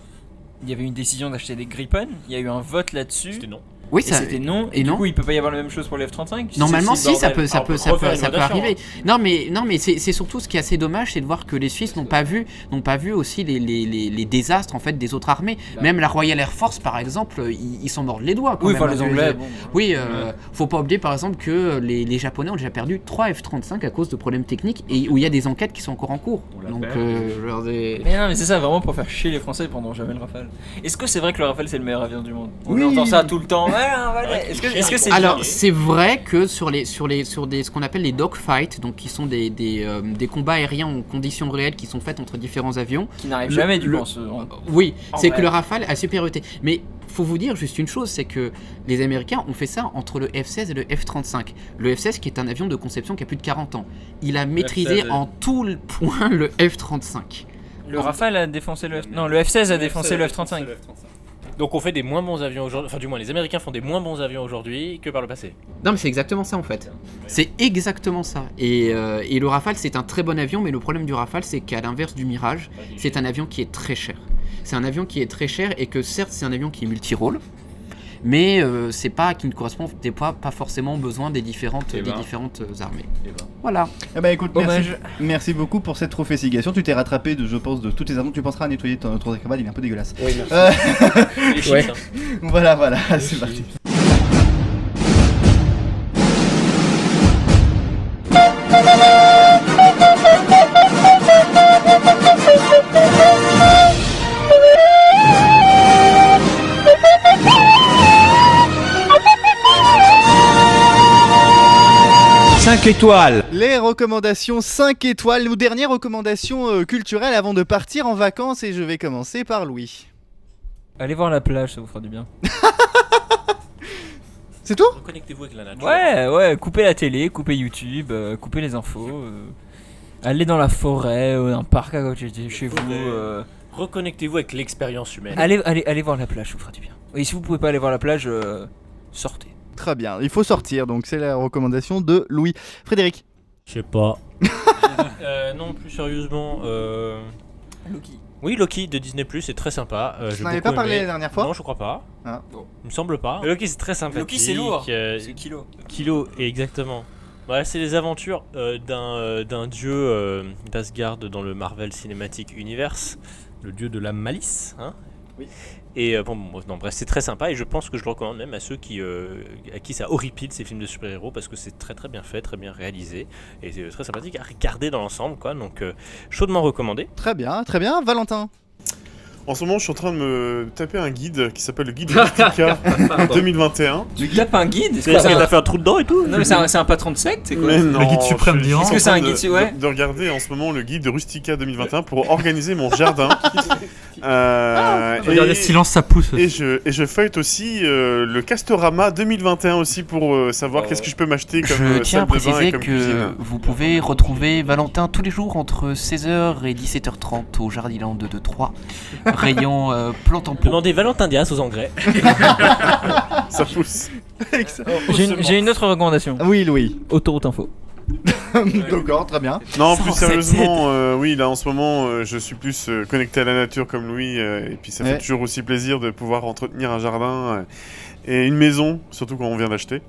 Il y avait une décision d'acheter des Gripen, il y a eu un vote là-dessus. C'était
non.
Oui,
et
ça-
c'était non.
et
Et, du
non.
coup, il peut pas y avoir la même chose pour le F-35.
Normalement,
C'est- c'est
si, ça peut,
bordel.
ça
Ah, on
peut, ça
refaire
peut,
une
ça peut
votation,
arriver. Non, mais, non, mais c'est c'est surtout ce qui est assez dommage, c'est de voir que les Suisses n'ont pas vu, n'ont pas vu aussi les, les, les, les désastres en fait des autres armées. Même la Royal Air Force, par exemple, ils, ils s'en mordent les doigts. Quand
Bah Oui,
même,
enfin, les
hein,
Anglais,
je-
bon. bah.
oui, euh, faut pas oublier par exemple que les, les Japonais ont déjà perdu 3 F-35 à cause de problèmes techniques et où il y a des enquêtes qui sont encore en cours. Donc, euh, je leur ai-
Mais non, mais c'est ça, vraiment pour faire chier les Français, ils prendront jamais le Rafale. Est-ce que c'est vrai que le Rafale c'est le meilleur avion du monde On
Oui.
entend ça tout le temps. Voilà, voilà. Est-ce que est-ce que c'est
Alors,
bien
c'est vrai que sur les sur les sur des ce qu'on appelle les dogfights, donc qui sont des des, euh, des combats aériens en conditions réelles qui sont faits entre différents avions.
Qui n'arrivent
le-
jamais, du
le-
coup, en se- en-
Euh, Oui,
en
c'est
vrai.
que le Rafale a supériorité. Mais faut vous dire juste une chose, c'est que les Américains ont fait ça entre le F-16 et le F-35. Le F-16 qui est un avion de conception qui a plus de 40 ans. Il a maîtrisé
F-16,
en tout le point le F-35.
Le Rafale a défoncé le F. Non, le F-16 a défoncé le F-35.
Donc on fait des moins bons avions aujourd'hui, enfin du moins les Américains font des moins bons avions aujourd'hui que par le passé.
Non, mais c'est exactement ça en fait. C'est exactement ça. Et, euh, et le Rafale, c'est un très bon avion, mais le problème du Rafale, c'est qu'à l'inverse du Mirage, c'est un avion qui est très cher. C'est un avion qui est très cher et que certes, c'est un avion qui est multirôle, mais euh, c'est pas qui ne correspond des fois pas forcément aux besoins des différentes,
Eh
des
ben.
différentes euh, armées.
Voilà. Eh ben écoute, merci,
Hommage.
merci beaucoup pour cette prophétigation. Tu t'es rattrapé, de, je pense, de toutes tes armes. Tu penseras à nettoyer ton, ton acrobate, il est un peu dégueulasse.
Oui, merci.
Euh,
Les chips, hein.
Voilà, voilà, (laughs) c'est parti.
Cinq étoiles.
Les recommandations 5 étoiles, nos dernières recommandations euh, culturelles avant de partir en vacances et je vais commencer par Louis.
Allez voir la plage, ça vous fera du bien.
C'est tout
Reconnectez-vous avec la nature.
Ouais, ouais, coupez la télé, coupez YouTube, euh, coupez les infos. euh, allez dans la forêt, euh, dans un parc à côté de chez vous. euh,
Reconnectez-vous avec l'expérience humaine.
allez, allez, allez voir la plage, ça vous fera du bien. Et si vous pouvez pas aller voir la plage, euh, sortez.
Très bien, il faut sortir, donc c'est la recommandation de Louis. Frédéric
Je sais pas. (laughs) Euh, non, plus sérieusement. Euh...
Loki.
Oui, Loki de Disney Plus, c'est très sympa. Euh, j'ai
n'en avais
beaucoup
pas parlé
aimé.
la dernière fois
Non, je crois pas.
Ah.
Il me semble pas. Loki, c'est très sympathique.
Loki, c'est lourd.
euh,
C'est kilo.
Kilo, exactement. Voilà, c'est les aventures euh, d'un euh, d'un dieu euh, d'Asgard dans le Marvel Cinematic Universe, le dieu de la malice, hein, Et euh, bon, bon, non, bref, c'est très sympa et je pense que je le recommande même à ceux qui, euh, à qui ça horripile ces films de super-héros parce que c'est très très bien fait, très bien réalisé et c'est euh, très sympathique à regarder dans l'ensemble, quoi. Donc, euh, chaudement recommandé.
Très bien, très bien.
(laughs)
Valentin
En ce moment, je suis en train de me taper un guide qui s'appelle le guide Mystica
(laughs)
(laughs) 2021.
Tu tapes un guide
C'est parce que t'as fait un
trou dedans et tout
Non, mais c'est un, c'est un patron de secte, c'est quoi
Mais non, je suis
Est-ce
juste
que c'est
en
un
train
guide
de-
su- ouais
de, de regarder en ce moment le guide Rustica
(laughs)
2021 pour organiser mon jardin.
Ah,
Euh,
Regardez, silence, ça pousse.
Et je, et je feuillete aussi euh, le Castorama 2021 aussi pour euh, savoir
Oh.
qu'est-ce que je peux m'acheter comme
Je
euh,
tiens à
salle de bain
préciser
et comme
que
cuisine.
vous pouvez retrouver Valentin tous les jours entre 16h et 17h30 au Jardiland de
(laughs)
3, rayon euh, plantes en pot.
Demandez Valentin Diaz aux engrais.
Ça pousse.
J'ai une- J'ai une autre recommandation.
Oui,
(laughs)
Louis. (laughs)
Autoroute Info.
D'accord, très bien.
Non, en plus
107.
sérieusement, euh, oui, là en ce moment, euh, je suis plus euh, connecté à la nature comme Louis, euh, et puis ça
Ouais.
fait toujours aussi plaisir de pouvoir entretenir un jardin euh, et une maison, surtout quand on vient d'acheter.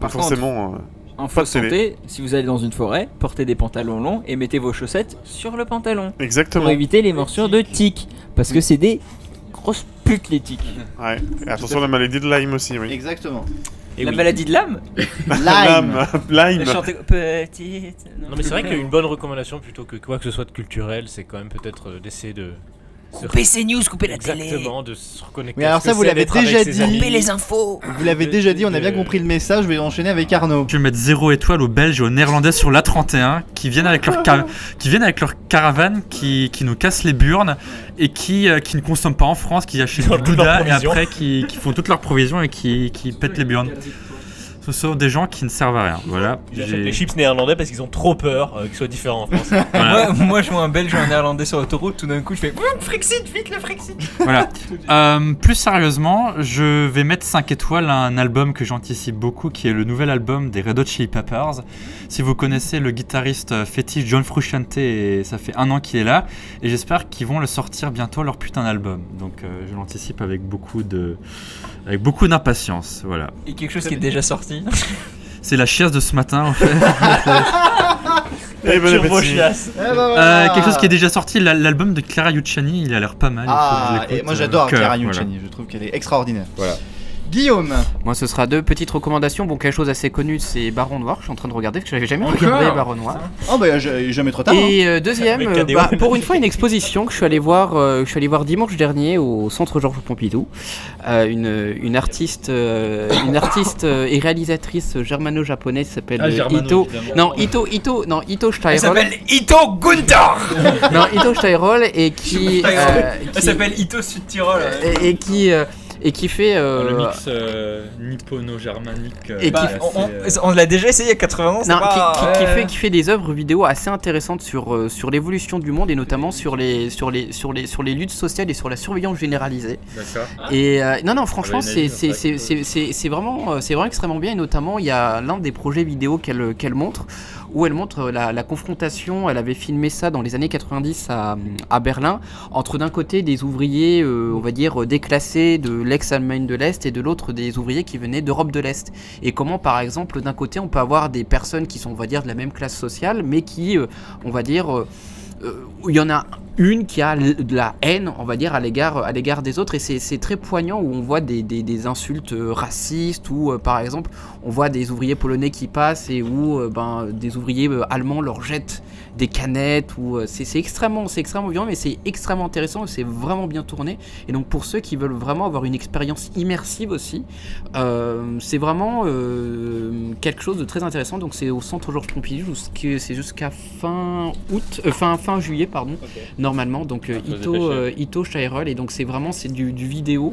Par
forcément,
contre,
euh,
en
pas de
fausse
télé.
santé, si vous allez dans une forêt, portez des pantalons longs et mettez vos chaussettes sur le pantalon.
euh, Exactement.
Pour éviter les morsures de tiques. Parce que c'est des grosses putes, les tiques.
Ouais, et attention à la maladie de Lyme aussi, oui.
(laughs)
Exactement.
La maladie de l'âme
Lyme. Lyme.
Chanter- Petite.
Non, mais c'est vrai qu'une bonne recommandation plutôt que quoi que ce soit de culturel, c'est quand même peut-être euh, d'essayer de. se-
Coupez ces news, coupez la
Exactement,
télé.
de se reconnecter.
Mais
à
alors
ce
ça,
que
vous
c'est
l'avez
d'être avec
déjà
ses
dit.
amis.
infos.
Vous l'avez déjà dit, on a bien compris le message. Je vais enchaîner avec Arnaud.
Je vais mettre 0 étoile aux Belges et aux Néerlandais sur l'A31 qui viennent avec
(laughs)
leur, car- qui viennent avec leur caravane, qui, qui nous cassent les burnes et qui, euh, qui ne consomment pas en France, qui achètent du
Toute leur
Gouda et
provision.
après qui, qui font toutes leurs provisions et qui, qui pètent les burnes. Ce sont des gens qui ne servent à rien. Voilà.
Ils
j'ai-
achètent des chips néerlandais parce qu'ils ont trop peur euh, qu'ils soient différents en France. (laughs)
Voilà.
Moi, moi, je vois un Belge ou un Néerlandais sur l'autoroute, tout d'un coup, je fais Hum, Frexit, vite le Frexit
voilà. Euh, plus sérieusement, je vais mettre 5 étoiles à un album que j'anticipe beaucoup, qui est le nouvel album des Red Hot Chili Peppers. Si vous connaissez le guitariste euh, fétiche John Frusciante, et ça fait un an qu'il est là, et j'espère qu'ils vont le sortir bientôt leur putain d'album. Donc euh, je l'anticipe avec beaucoup de, avec beaucoup d'impatience. Voilà.
Et quelque chose qui est déjà sorti.
C'est la chiasse de ce matin en fait.
Eh, bon
Turbo
appétit.
chiasse.
Eh ben (laughs) voilà.
Euh, quelque chose qui est déjà sorti, la- l'album de Clara Luciani, il a l'air pas mal. il faut que je
Ah,
l'écoute,
et moi
euh,
j'adore
cœur,
Clara
voilà.
Luciani. Je trouve qu'elle est extraordinaire. Guillaume
Moi, ce sera deux petites recommandations. Bon, quelque chose assez connu, c'est Baron Noir. Je suis en train de regarder parce que j'avais jamais regardé
Encore
Baron Noir.
Oh bah j'ai- jamais trop tard.
Et
hein.
euh, deuxième,
Avec
euh,
KDO.
bah, pour une fois, une exposition que je suis allé voir, euh, que je suis allé voir dimanche dernier au Centre Georges Pompidou. Euh, une, une artiste, euh, une artiste euh, et réalisatrice germano-japonaise s'appelle
Ah,
euh,
germano,
Ito.
évidemment.
Non, Ito, Ito, non, Ito
Elle
Steyrol.
s'appelle Ito Oh, Gunther
non, Ito Steyrol et qui, euh,
Elle
qui-
s'appelle Ito Sud-Tirol.
et, et qui euh, et qui fait euh,
Le mix euh, nippono-germanique. euh,
Et qui-
bah,
on-
c'est, euh,
On l'a déjà essayé à 80 ans, c'est
Non,
pas...
qui, qui- qui
Ouais.
fait, qui fait des œuvres vidéo assez intéressantes sur, euh, sur l'évolution du monde et notamment sur les, sur, les, sur, les, sur les luttes sociales et sur la surveillance généralisée.
D'accord.
Et euh, non, non, franchement,
Ah bah,
c'est
une
c'est-
analyse,
c'est- c'est- c'est- c'est vraiment, euh, c'est vraiment extrêmement bien. Et notamment, il y a l'un des projets vidéo qu'elle qu'elle montre où elle montre euh, la, la confrontation. Elle avait filmé ça dans les années 90 à, à Berlin entre d'un côté des ouvriers, euh, on va dire, déclassés de l'ex-Allemagne de l'Est et de l'autre des ouvriers qui venaient d'Europe de l'Est. Et comment, par exemple, d'un côté, on peut avoir des personnes qui sont, on va dire, de la même classe sociale, mais qui, euh, on va dire, euh, euh, où il y en a une qui a l- de la haine, on va dire, à l'égard, à l'égard des autres. Et c'est c'est très poignant où on voit des, des- des insultes euh, racistes, ou euh, par exemple, on voit des ouvriers polonais qui passent et où euh, ben, des ouvriers euh, allemands leur jettent des canettes. Ou, euh, c'est c'est extrêmement, c'est extrêmement violent, mais c'est extrêmement intéressant et c'est vraiment bien tourné. Et donc, pour ceux qui veulent vraiment avoir une expérience immersive aussi, euh, c'est vraiment euh, quelque chose de très intéressant. Donc, c'est au centre Georges Pompidou, jusqu'à- c'est jusqu'à fin août, euh, fin, fin juillet, pardon normalement. Donc euh,
faut se
Ito,
dépêcher.
euh, Ito Shirel, et donc c'est vraiment c'est du, du vidéo.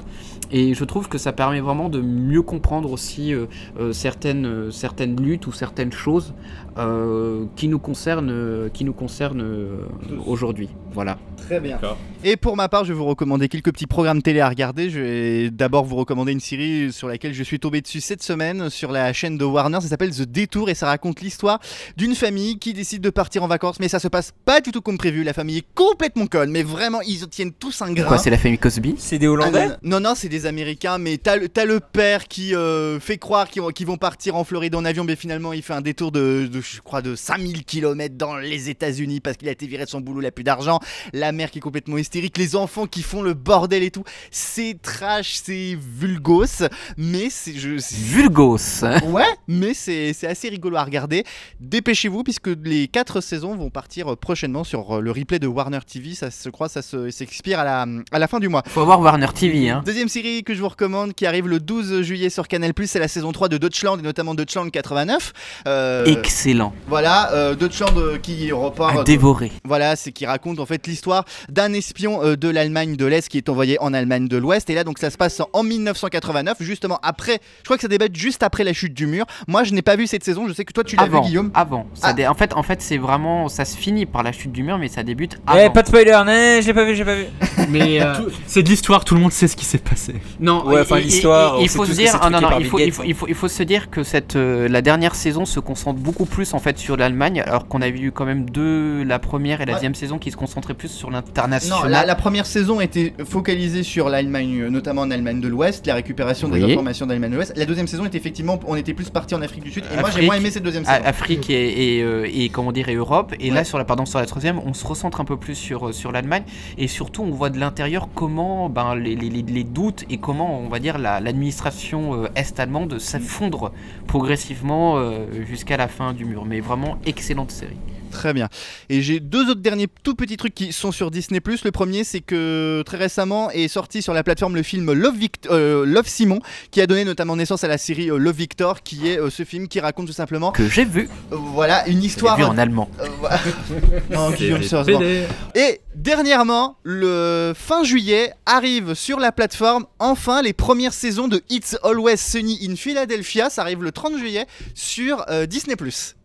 Et je trouve que ça permet vraiment de mieux comprendre aussi euh, euh, certaines, euh, certaines luttes ou certaines choses euh, qui nous concernent, euh, qui nous concernent euh, aujourd'hui. Voilà.
Très bien. Et pour ma part, je vais vous recommander quelques petits programmes télé à regarder. Je vais d'abord vous recommander une série sur laquelle je suis tombé dessus cette semaine sur la chaîne de Warner. Ça s'appelle The Détour et ça raconte l'histoire d'une famille qui décide de partir en vacances, mais ça se passe pas du tout comme prévu. La famille est complètement conne, mais vraiment, ils tiennent tous un grain.
Quoi, c'est la famille Cosby
C'est des Hollandais
Ah, non, non, non, non, c'est des Américains, mais t'as le, t'as le père qui euh, fait croire qu'ils vont- qu'ils vont partir en Floride en avion, mais finalement il fait un détour de, de, je crois, de 5000 km dans les États-Unis parce qu'il a été viré de son boulot, il a plus d'argent. La mère qui est complètement hystérique, les enfants qui font le bordel et tout. C'est trash, c'est vulgos, mais c'est. je- c'est-
(laughs) Vulgos.
Ouais, mais c'est c'est assez rigolo à regarder. Dépêchez-vous, puisque les quatre saisons vont partir euh, prochainement sur euh, le replay de Warner TV. Ça se croit, ça se- s'expire à la, à la fin du mois.
Faut avoir Warner TV, hein.
Deuxième série que je vous recommande qui arrive le 12 juillet sur Canal, c'est la saison 3 de Deutschland et notamment Deutschland 89. Euh,
Excellent.
Voilà, euh, Deutschland euh, qui repart.
À dévorer.
Voilà, c'est qui raconte en fait l'histoire d'un espion euh, de l'Allemagne de l'Est qui est envoyé en Allemagne de l'Ouest. Et là, donc, ça se passe en- en 1989, justement après. Je crois que ça débute juste après la chute du mur. Moi, je n'ai pas vu cette saison. Je sais que toi, tu l'as vu,
Avant,
Guillaume. Ah.
avant. Ça dé- En fait, en fait, c'est vraiment, ça se finit par la chute du mur, mais ça débute
Eh,
avant.
pas de spoiler, non, je l'ai pas vu, j'ai pas vu.
Mais euh,
C'est de l'histoire, tout le monde sait ce qui s'est passé.
non,
Ouais,
et-
enfin,
et-
l'histoire,
et-
Il
et-
on sait
faut se
tous que
dire,
c'est
ah, non,
truqué
non,
par
il
Bill
faut, il
Gates,
faut,
hein.
il faut, il faut se dire que cette, euh, la dernière saison se concentre beaucoup plus en fait sur l'Allemagne, alors qu'on avait eu quand même deux, la première et la
Ouais.
deuxième saison qui se concentraient plus sur
Non, la,
l'international.
la première saison était focalisée sur l'Allemagne, euh, notamment en Allemagne de l'Ouest, la récupération des
Oui.
informations d'Allemagne de l'Ouest. La deuxième saison était effectivement, on était plus parti en Afrique Ah, du Sud. Et moi, j'ai
Afrique,
moins aimé cette deuxième
A-
saison.
Afrique et, et, euh, et, comment dire et Europe et
Ouais.
là sur la pardon sur la troisième on se recentre un peu plus sur euh, sur l'Allemagne et surtout on voit de l'intérieur comment ben les, les, les- les doutes et comment on va dire la- l'administration euh, est allemande s'effondre progressivement euh, jusqu'à la fin du mur mais vraiment excellente série
ah. Très bien. Et j'ai deux autres derniers tout petits trucs qui sont sur Disney+. Le premier, c'est que très récemment est sorti sur la plateforme le film Love, Vict- euh, Love Simon, qui a donné notamment naissance à la série euh, Love Victor, qui est euh, ce film qui raconte tout simplement
que j'ai vu
euh, voilà une
Je l'ai
histoire
vu en allemand
euh, voilà. (laughs) Non, Guillaume, sérieusement. Et dernièrement, le fin juillet arrive sur la plateforme enfin les premières saisons de It's Always Sunny in Philadelphia. Ça arrive le 30 juillet sur euh, Disney+.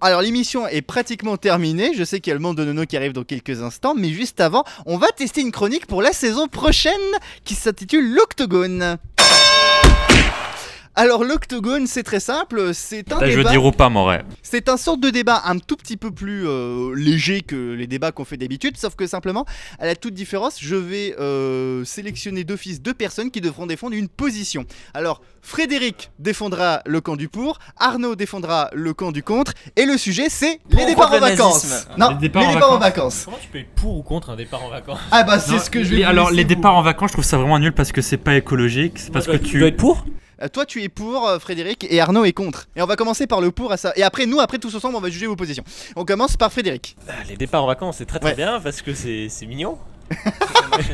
Alors l'émission est pratiquement terminée. Je sais qu'il y a le monde de Nono qui arrive dans quelques instants, mais juste avant, on va tester une chronique pour la saison prochaine qui s'intitule l'Octogone. Alors l'octogone, c'est très simple, c'est un
Là, je
débat...
dis Ropa Moret.
C'est un sorte de débat un tout petit peu plus euh, léger que les débats qu'on fait d'habitude, sauf que simplement, à la toute différence, je vais euh, sélectionner d'office deux personnes qui devront défendre une position. Alors, Frédéric défendra le camp du pour, Arnaud défendra le camp du contre, et le sujet, c'est les
Pour
départs en
contre le
vacances.
nazisme.
Non,
Les départs en
en
vacances.
vacances.
Comment tu peux être pour ou contre un départ en vacances
Ah bah c'est
Non,
ce que je
les-
vais. vous
Alors,
laisser
les
vous.
départs en vacances, je trouve ça vraiment nul parce que c'est pas écologique. C'est parce que tu.
dois être pour
Euh, Toi tu es pour euh, Frédéric et Arnaud est contre. Et on va commencer par le pour à ça. Et après nous après tous ensemble on va juger vos positions. On commence par Frédéric.
Ah, Les départs en vacances, c'est très très
Ouais.
bien parce que c'est (laughs) c'est mignon.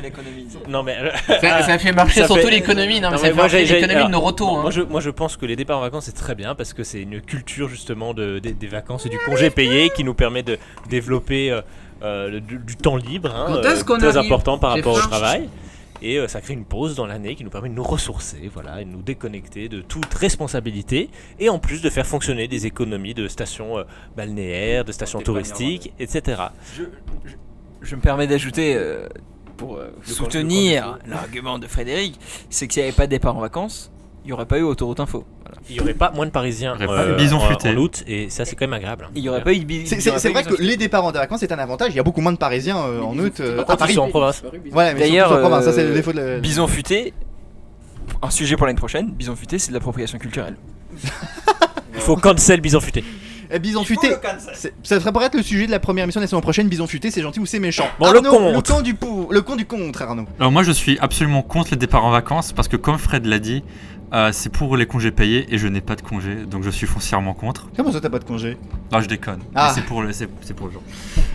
l'économie.
Non mais euh,
Ça- Ah. ça fait marcher surtout l'économie, non, mais ça fait
moi,
marcher
j'ai- j'ai-
l'économie de nos
alors,
retours,
non,
hein.
Moi je moi je pense que les départs en vacances c'est très bien parce que c'est une culture justement de, des- des vacances et du congé payé qui nous permet de développer euh, euh, le- du, du temps libre, hein,
Quand est-ce qu'on
très
arrive
important par
J'ai
rapport au
faim.
travail. Et euh, ça crée une pause dans l'année qui nous permet de nous ressourcer, voilà, et de nous déconnecter de toute responsabilité, et en plus de faire fonctionner des économies de stations euh, balnéaires, de stations touristiques, etc.
Je me permets d'ajouter, euh, pour euh, soutenir l'argument de Frédéric, c'est que s'il n'y avait pas de départ en vacances, il n'y aurait pas eu Autoroute Info. Voilà.
Il n'y aurait pas moins de Parisiens
Il y aurait pas
euh,
eu Bison
en,
futé.
en août, et ça c'est quand même agréable.
Il n'y aurait pas eu de bi-
Ah. C'est-
il y
C'est
aurait
c'est
pas
vrai
eu de-
que les départs en vacances c'est un avantage. Il y a beaucoup moins de Parisiens euh, en août euh, à
Quand ils
Paris.
sont en province.
Voilà, mais
D'ailleurs,
surtout en province, ça c'est le
euh,
défaut de la-
Bison futé, un sujet pour l'année prochaine, Bison futé, c'est de l'appropriation culturelle.
Il faut cancel Bison futé.
Eh, Bison futé, c'est- ça serait pour être le sujet de la première émission de la saison prochaine. Bison futé, c'est gentil ou c'est méchant
Bon, le
Arnaud,
contre.
camp du pour, le camp du contre, Arnaud.
Alors moi je suis absolument contre les départs en vacances parce que comme Fred l'a dit, euh, c'est pour les congés payés et je n'ai pas de congés donc je suis foncièrement contre.
Comment ça t'as pas de congé
Non je déconne, Mais
Ah.
c'est pour le c'est c'est pour le jour.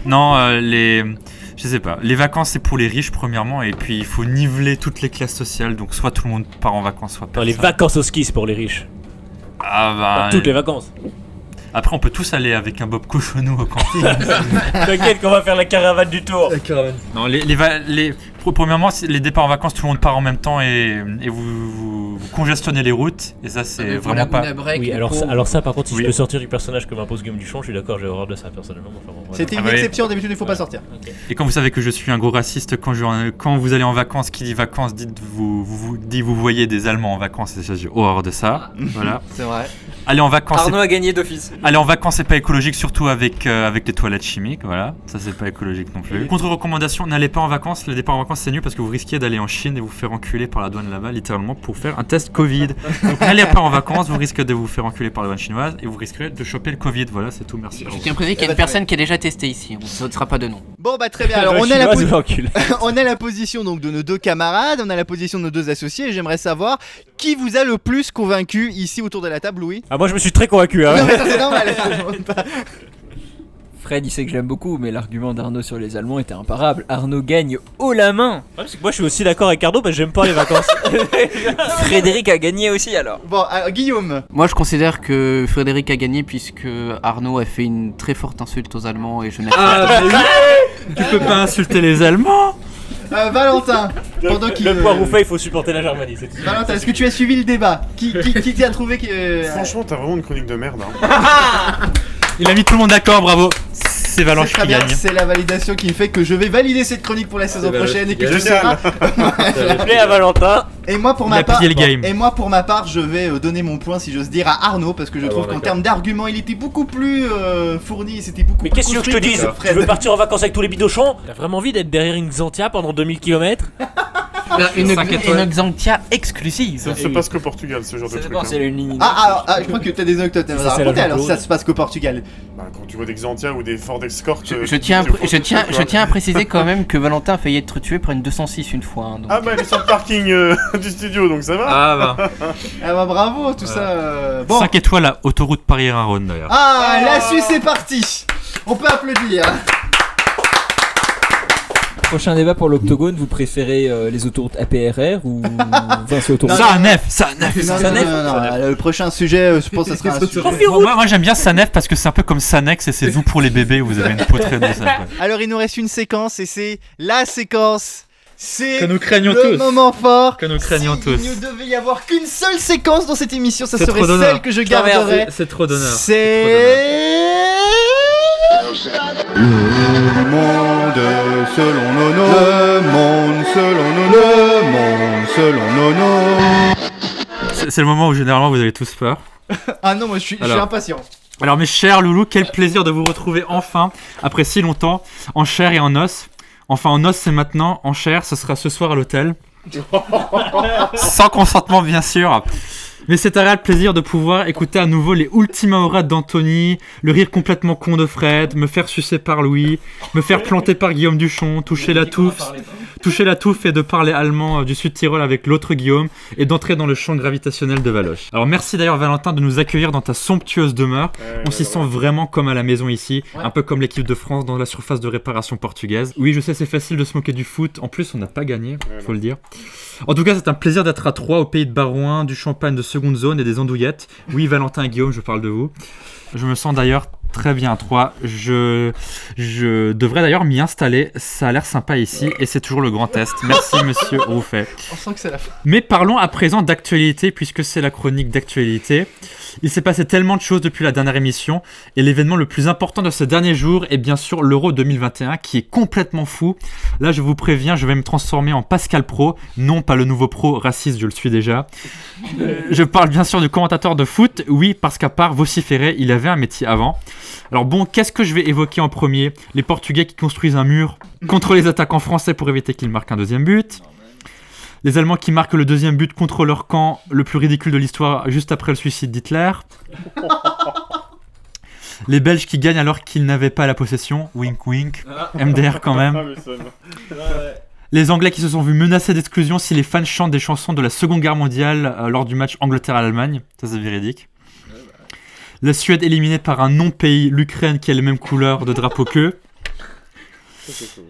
Non euh, les je sais pas, les vacances c'est pour les riches premièrement et puis il faut niveler toutes les classes sociales donc soit tout le monde part en vacances soit
Dans
personne.
les vacances au ski, c'est pour les riches.
Ah bah
Pas toutes les vacances.
après on peut tous aller avec un bob cochonneau au
(laughs)
camping.
(laughs) T'inquiète qu'on va faire la caravane du tour. La
caravane.
Non, les, les, va- les- pr- premièrement, c'est les départs en vacances, tout le monde part en même temps et, et vous, vous, vous congestionnez les routes. Et ça,
Ah,
c'est vraiment pas.
Oui, alors ça, alors ça par contre, si
Oui.
je peux sortir du personnage que m'impose Guillaume Duchon, je suis d'accord, j'ai horreur de ça personnellement. mais Enfin, bon, voilà.
C'était une
Ah ouais.
exception, d'habitude il faut pas sortir.
Et quand vous savez que je suis un gros raciste, quand, je, quand vous allez en vacances, qui dit vacances, dites vous, vous, vous- dit vous voyez des Allemands en vacances. Et ça, j'ai horreur de ça. Voilà.
C'est vrai.
Aller en vacances.
Arnaud
c'est-
a gagné d'office.
Aller en vacances, c'est pas écologique, surtout avec, euh, avec les toilettes chimiques, voilà. Ça, c'est pas écologique non plus. Contre-recommandation, n'allez pas en vacances, les départs en vacances, vacances, c'est nul parce que vous risquez d'aller en Chine et vous faire enculer par la douane là-bas, littéralement, pour faire un test
(laughs)
Covid. Donc n'allez pas en vacances, vous risquez de vous faire enculer par la douane chinoise et vous risquerez de choper le Covid. Voilà, c'est tout, merci.
Je tiens à préciser qu'il y a une personne qui est déjà testée ici. On ne sautera pas de nom.
Bon bah
(laughs)
très bien. Alors on a la, posi- (laughs) on a la position donc de nos deux camarades, on a la position de nos deux associés. et J'aimerais savoir qui vous a le plus convaincu ici autour de la table, Louis.
Ah, moi je me suis très convaincu. Hein.
Non, mais ça, c'est
(laughs)
normal, ça, je demande pas.
Fred, il sait que j'aime beaucoup, mais l'argument d'Arnaud sur les Allemands était imparable. Arnaud gagne haut la main.
parce que moi je suis aussi d'accord avec Arnaud parce que j'aime pas les vacances.
Frédéric a gagné aussi alors.
Bon, alors, Guillaume.
Moi, je considère que Frédéric a gagné puisque Arnaud a fait une très forte insulte aux Allemands et je n'ai
Ah,
bah
mais oui Tu peux pas insulter les Allemands
Euh,
(laughs)
Valentin, (laughs) pendant qu'il. euh,
Le poids rouffé, il faut supporter la Germanie. c'est tout.
Valentin, est-ce que tu as suivi le débat Qui, qui, qui t'a trouvé que. euh,
Franchement, t'as vraiment une chronique de merde. hein.
Il a mis tout le monde d'accord, bravo. C'est Valanche
C'est très
qui
bien,
gagne.
C'est la validation qui fait que je vais valider cette chronique pour la saison
Valanche
prochaine et
qui
que je
gagne.
serai.
Plaît à Valentin.
Et moi pour
Il
ma
a
part.
plié le game.
Et moi pour ma part, je vais euh, donner mon point si j'ose dire à Arnaud parce que je
Ah
trouve
bon,
qu'en
d'accord.
termes d'arguments, il était beaucoup plus euh, fourni, c'était beaucoup.
Mais
plus
qu'est-ce que je te
construit
dise Tu
euh, Fred.
veux partir en vacances avec tous les bidochons T'as vraiment envie d'être derrière une Xantia pendant 2000 km
Ah, bah, Une, une Xantia exclusive.
Ça ne se passe qu'au Portugal, ce genre de truc. hein.
Ah, ah, ah, je crois que t'as des anecdotes à
Ça,
me
c'est la
raconter alors
Jean-Claude.
ça se passe qu'au Portugal.
Bah, quand tu vois des Xantiens ou des Ford Escort. euh,
Je tiens, à,
tu te
pré- je,
fous,
tiens,
tu
je
vois.
tiens à préciser quand même que Valentin a failli être tué par une 206 une fois. hein, donc.
Ah bah, elle est sur le parking euh, (laughs) du studio, donc ça va.
Ah bah.
Ah bah bravo, tout ça. euh, Bon.
5 étoiles à autoroute Paris-Rhône d'ailleurs.
Ah, la Suisse est partie. On peut applaudir.
Prochain débat pour l'octogone, vous préférez euh, les autoroutes APRR
(laughs)
ou 20 autoroutes
Ah,
Ça, nef, Ah, ça, nef.
Non,
Ça
non,
nef.
non, non, non, Le prochain sujet, euh, je pense (laughs) que ça sera un sujet.
Moi, moi, j'aime bien Sanef parce que c'est un peu comme Sanex et c'est vous pour les bébés où vous avez une poitrine de ça. quoi.
Alors il nous reste une séquence et c'est la séquence. C'est
Que nous (laughs) craignons
le
tous.
moment fort.
Que nous craignons
S'il
tous.
ne devait y avoir qu'une seule séquence dans cette émission, ça
C'est
serait
trop d'honneur.
celle que je
Putain, merde,
garderais.
c'est- c'est trop d'honneur.
C'est le monde selon Nono. Le monde selon Nono. Le monde selon Nono.
C'est c'est le moment où généralement vous avez tous peur.
Ah non, moi je suis, je suis
Alors.
impatient.
Alors mes chers loulous, quel plaisir de vous retrouver enfin, après si longtemps, en chair et en os. Enfin en os c'est maintenant, en chair ce sera ce soir à (laughs) l'hôtel. Sans consentement bien sûr. Mais c'est un réel plaisir de pouvoir écouter à nouveau les ultima auras d'Anthony, le rire complètement con de Fred, me faire sucer par Louis, me faire planter par Guillaume Duchon, toucher la touffe, toucher la touffe et de parler allemand euh, du Sud Tyrol avec l'autre Guillaume et d'entrer dans le champ gravitationnel de Valoche. Alors merci d'ailleurs Valentin de nous accueillir dans ta somptueuse demeure. On s'y sent vraiment comme à la maison ici, un peu comme l'équipe de France dans la surface de réparation portugaise. Oui, je sais, c'est facile de se moquer du foot. En plus, on n'a pas gagné, faut le dire. En tout cas, c'est un plaisir d'être à trois au pays de Barouin, du champagne de seconde zone et des andouillettes. Oui, Valentin et Guillaume, je parle de vous. Je me sens d'ailleurs très bien à trois. Je, je devrais d'ailleurs m'y installer. Ça a l'air sympa ici et c'est toujours le grand test.
(laughs)
Merci, monsieur Rouffet.
On sent que c'est la fin.
Mais parlons à présent d'actualité, puisque c'est la chronique d'actualité. Il s'est passé tellement de choses depuis la dernière émission, et l'événement le plus important de ces derniers jours est bien sûr l'Euro 2021, qui est complètement fou. Là, je vous préviens, je vais me transformer en Pascal Pro, non pas le nouveau pro raciste, je le suis déjà. Euh, je parle bien sûr du commentateur de foot, oui, parce qu'à part vociférer, il avait un métier avant. Alors bon, qu'est-ce que je vais évoquer en premier Les Portugais qui construisent un mur contre les attaquants français pour éviter qu'ils marquent un deuxième but. Les Allemands qui marquent le deuxième but contre leur camp, le plus ridicule de l'histoire, juste après le suicide d'Hitler. Les Belges qui gagnent alors qu'ils n'avaient pas la possession, wink wink, MDR quand
Ah,
même.
mais ça va.
Les Anglais qui se sont vus menacés d'exclusion si les fans chantent des chansons de la Seconde Guerre mondiale euh, lors du match Angleterre-Allemagne, ça c'est véridique. La Suède éliminée par un non-pays, l'Ukraine qui a les mêmes couleurs de drapeau qu'eux.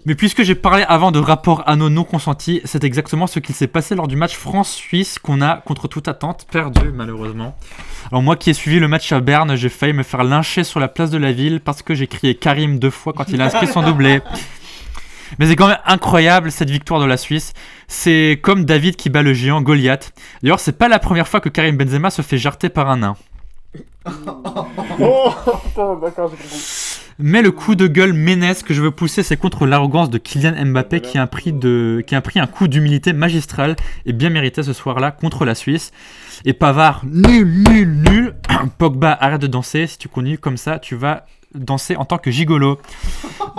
Mais puisque j'ai parlé avant de rapport anneaux non consentis, c'est exactement ce qu'il s'est passé lors du match France-Suisse qu'on a, contre toute attente, perdu malheureusement. Alors moi qui ai suivi le match à Berne, j'ai failli me faire lyncher sur la place de la ville parce que j'ai crié Karim deux fois quand il a inscrit son doublé. Mais c'est quand même incroyable cette victoire de la Suisse. C'est comme David qui bat le géant Goliath. D'ailleurs, c'est pas la première fois que Karim Benzema se fait jarter par un nain.
(laughs) Oh, putain, d'accord, j'ai compris.
Mais le coup de gueule ménesse que je veux pousser, c'est contre l'arrogance de Kylian Mbappé qui a, pris de, qui a pris un coup d'humilité magistral et bien mérité ce soir-là contre la Suisse. (clears throat) Et Pavard, nul, nul, nul. Pogba, arrête de danser. Si tu continues comme ça, tu vas danser en tant que gigolo.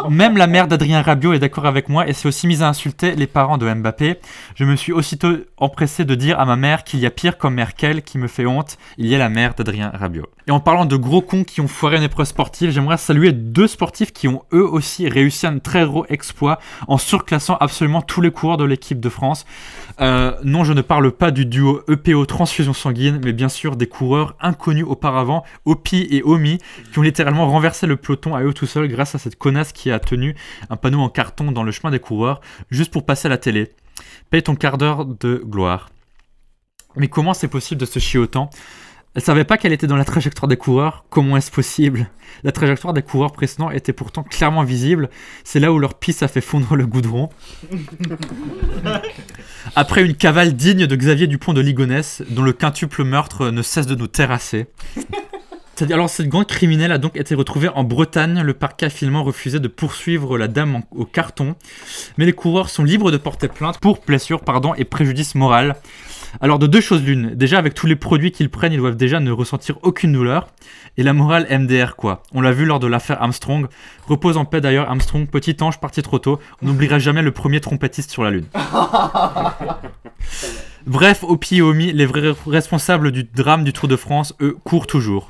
Même la mère d'Adrien Rabiot est d'accord avec moi et s'est aussi mise à insulter les parents de Mbappé. Je me suis aussitôt empressé de dire à ma mère qu'il y a pire comme Merkel qui me fait honte, il y a la mère d'Adrien Rabiot. Et en parlant de gros cons qui ont foiré une épreuve sportive, j'aimerais saluer deux sportifs qui ont eux aussi réussi un très gros exploit en surclassant absolument tous les coureurs de l'équipe de France. Euh, non, je ne parle pas du duo EPO transfusion sanguine, mais bien sûr des coureurs inconnus auparavant, Opi et Omi, qui ont littéralement renversé le peloton à eux tout seuls grâce à cette connasse qui a tenu un panneau en carton dans le chemin des coureurs juste pour passer à la télé. Paye ton quart d'heure de gloire. Mais comment c'est possible de se chier autant Elle savait pas qu'elle était dans la trajectoire des coureurs. Comment est-ce possible La trajectoire des coureurs précédents était pourtant clairement visible. C'est là où leur pisse a fait fondre le goudron. Après une cavale digne de Xavier Dupont de Ligonnès, dont le quintuple meurtre ne cesse de nous terrasser. C'est-à-dire- Alors, cette grande criminelle a donc été retrouvée en Bretagne. Le parquet a finalement refusé de poursuivre la dame en- au carton. Mais les coureurs sont libres de porter plainte pour blessure pardon, et préjudice moral. Alors, de deux choses l'une. Déjà, avec tous les produits qu'ils prennent, ils doivent déjà ne ressentir aucune douleur. Et la morale MDR, quoi. On l'a vu lors de l'affaire Armstrong. Repose en paix d'ailleurs, Armstrong, petit ange parti trop tôt. On n'oubliera jamais le premier trompettiste sur la Lune. Bref, au pied et au mi, les vrais responsables du drame du Tour de France, eux, courent toujours.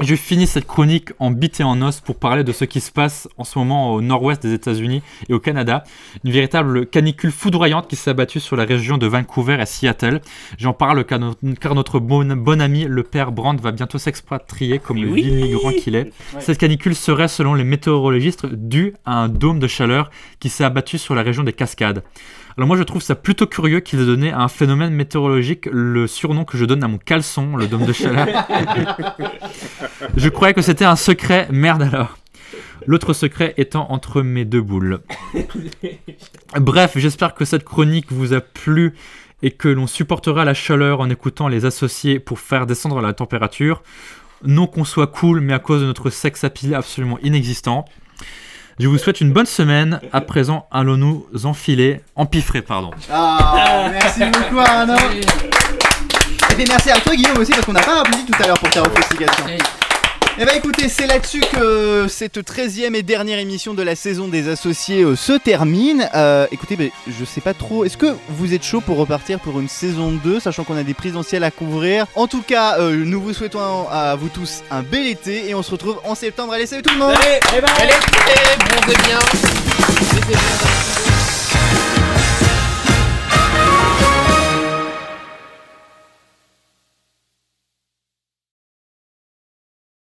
Je finis cette chronique en bite et en os pour parler de ce qui se passe en ce moment au nord-ouest des États-Unis et au Canada. Une véritable canicule foudroyante qui s'est abattue sur la région de Vancouver et Seattle. J'en parle car, no- car notre bon, bon ami, le père Brandt, va bientôt s'expatrier comme le
Oui.
vil migrant qu'il est.
Ouais.
Cette canicule serait, selon les météorologistes, due à un dôme de chaleur qui s'est abattu sur la région des Cascades. Alors moi je trouve ça plutôt curieux qu'ils aient donné à un phénomène météorologique le surnom que je donne à mon caleçon, le dôme
(laughs)
de chaleur. je croyais que c'était un secret, merde alors. L'autre secret étant entre mes deux boules. Bref, j'espère que cette chronique vous a plu et que l'on supportera la chaleur en écoutant les associés pour faire descendre la température. Non qu'on soit cool, mais à cause de notre sexe appeal absolument inexistant. Je vous souhaite une bonne semaine. À présent, allons-nous enfiler, empiffrer, pardon.
Ah, merci beaucoup Arnaud. Et puis merci à toi Guillaume aussi parce qu'on n'a pas applaudi tout à l'heure pour ta reflexigation. Eh ben écoutez, c'est là-dessus que cette 13e et dernière émission de la saison des associés euh, se termine. Euh, écoutez, ben, je sais pas trop, est-ce que vous êtes chaud pour repartir pour une saison 2, sachant qu'on a des présidentielles à couvrir En tout cas, euh, nous vous souhaitons à vous tous un bel été et on se retrouve en septembre. Allez, salut tout le monde
Allez,
bronzez bien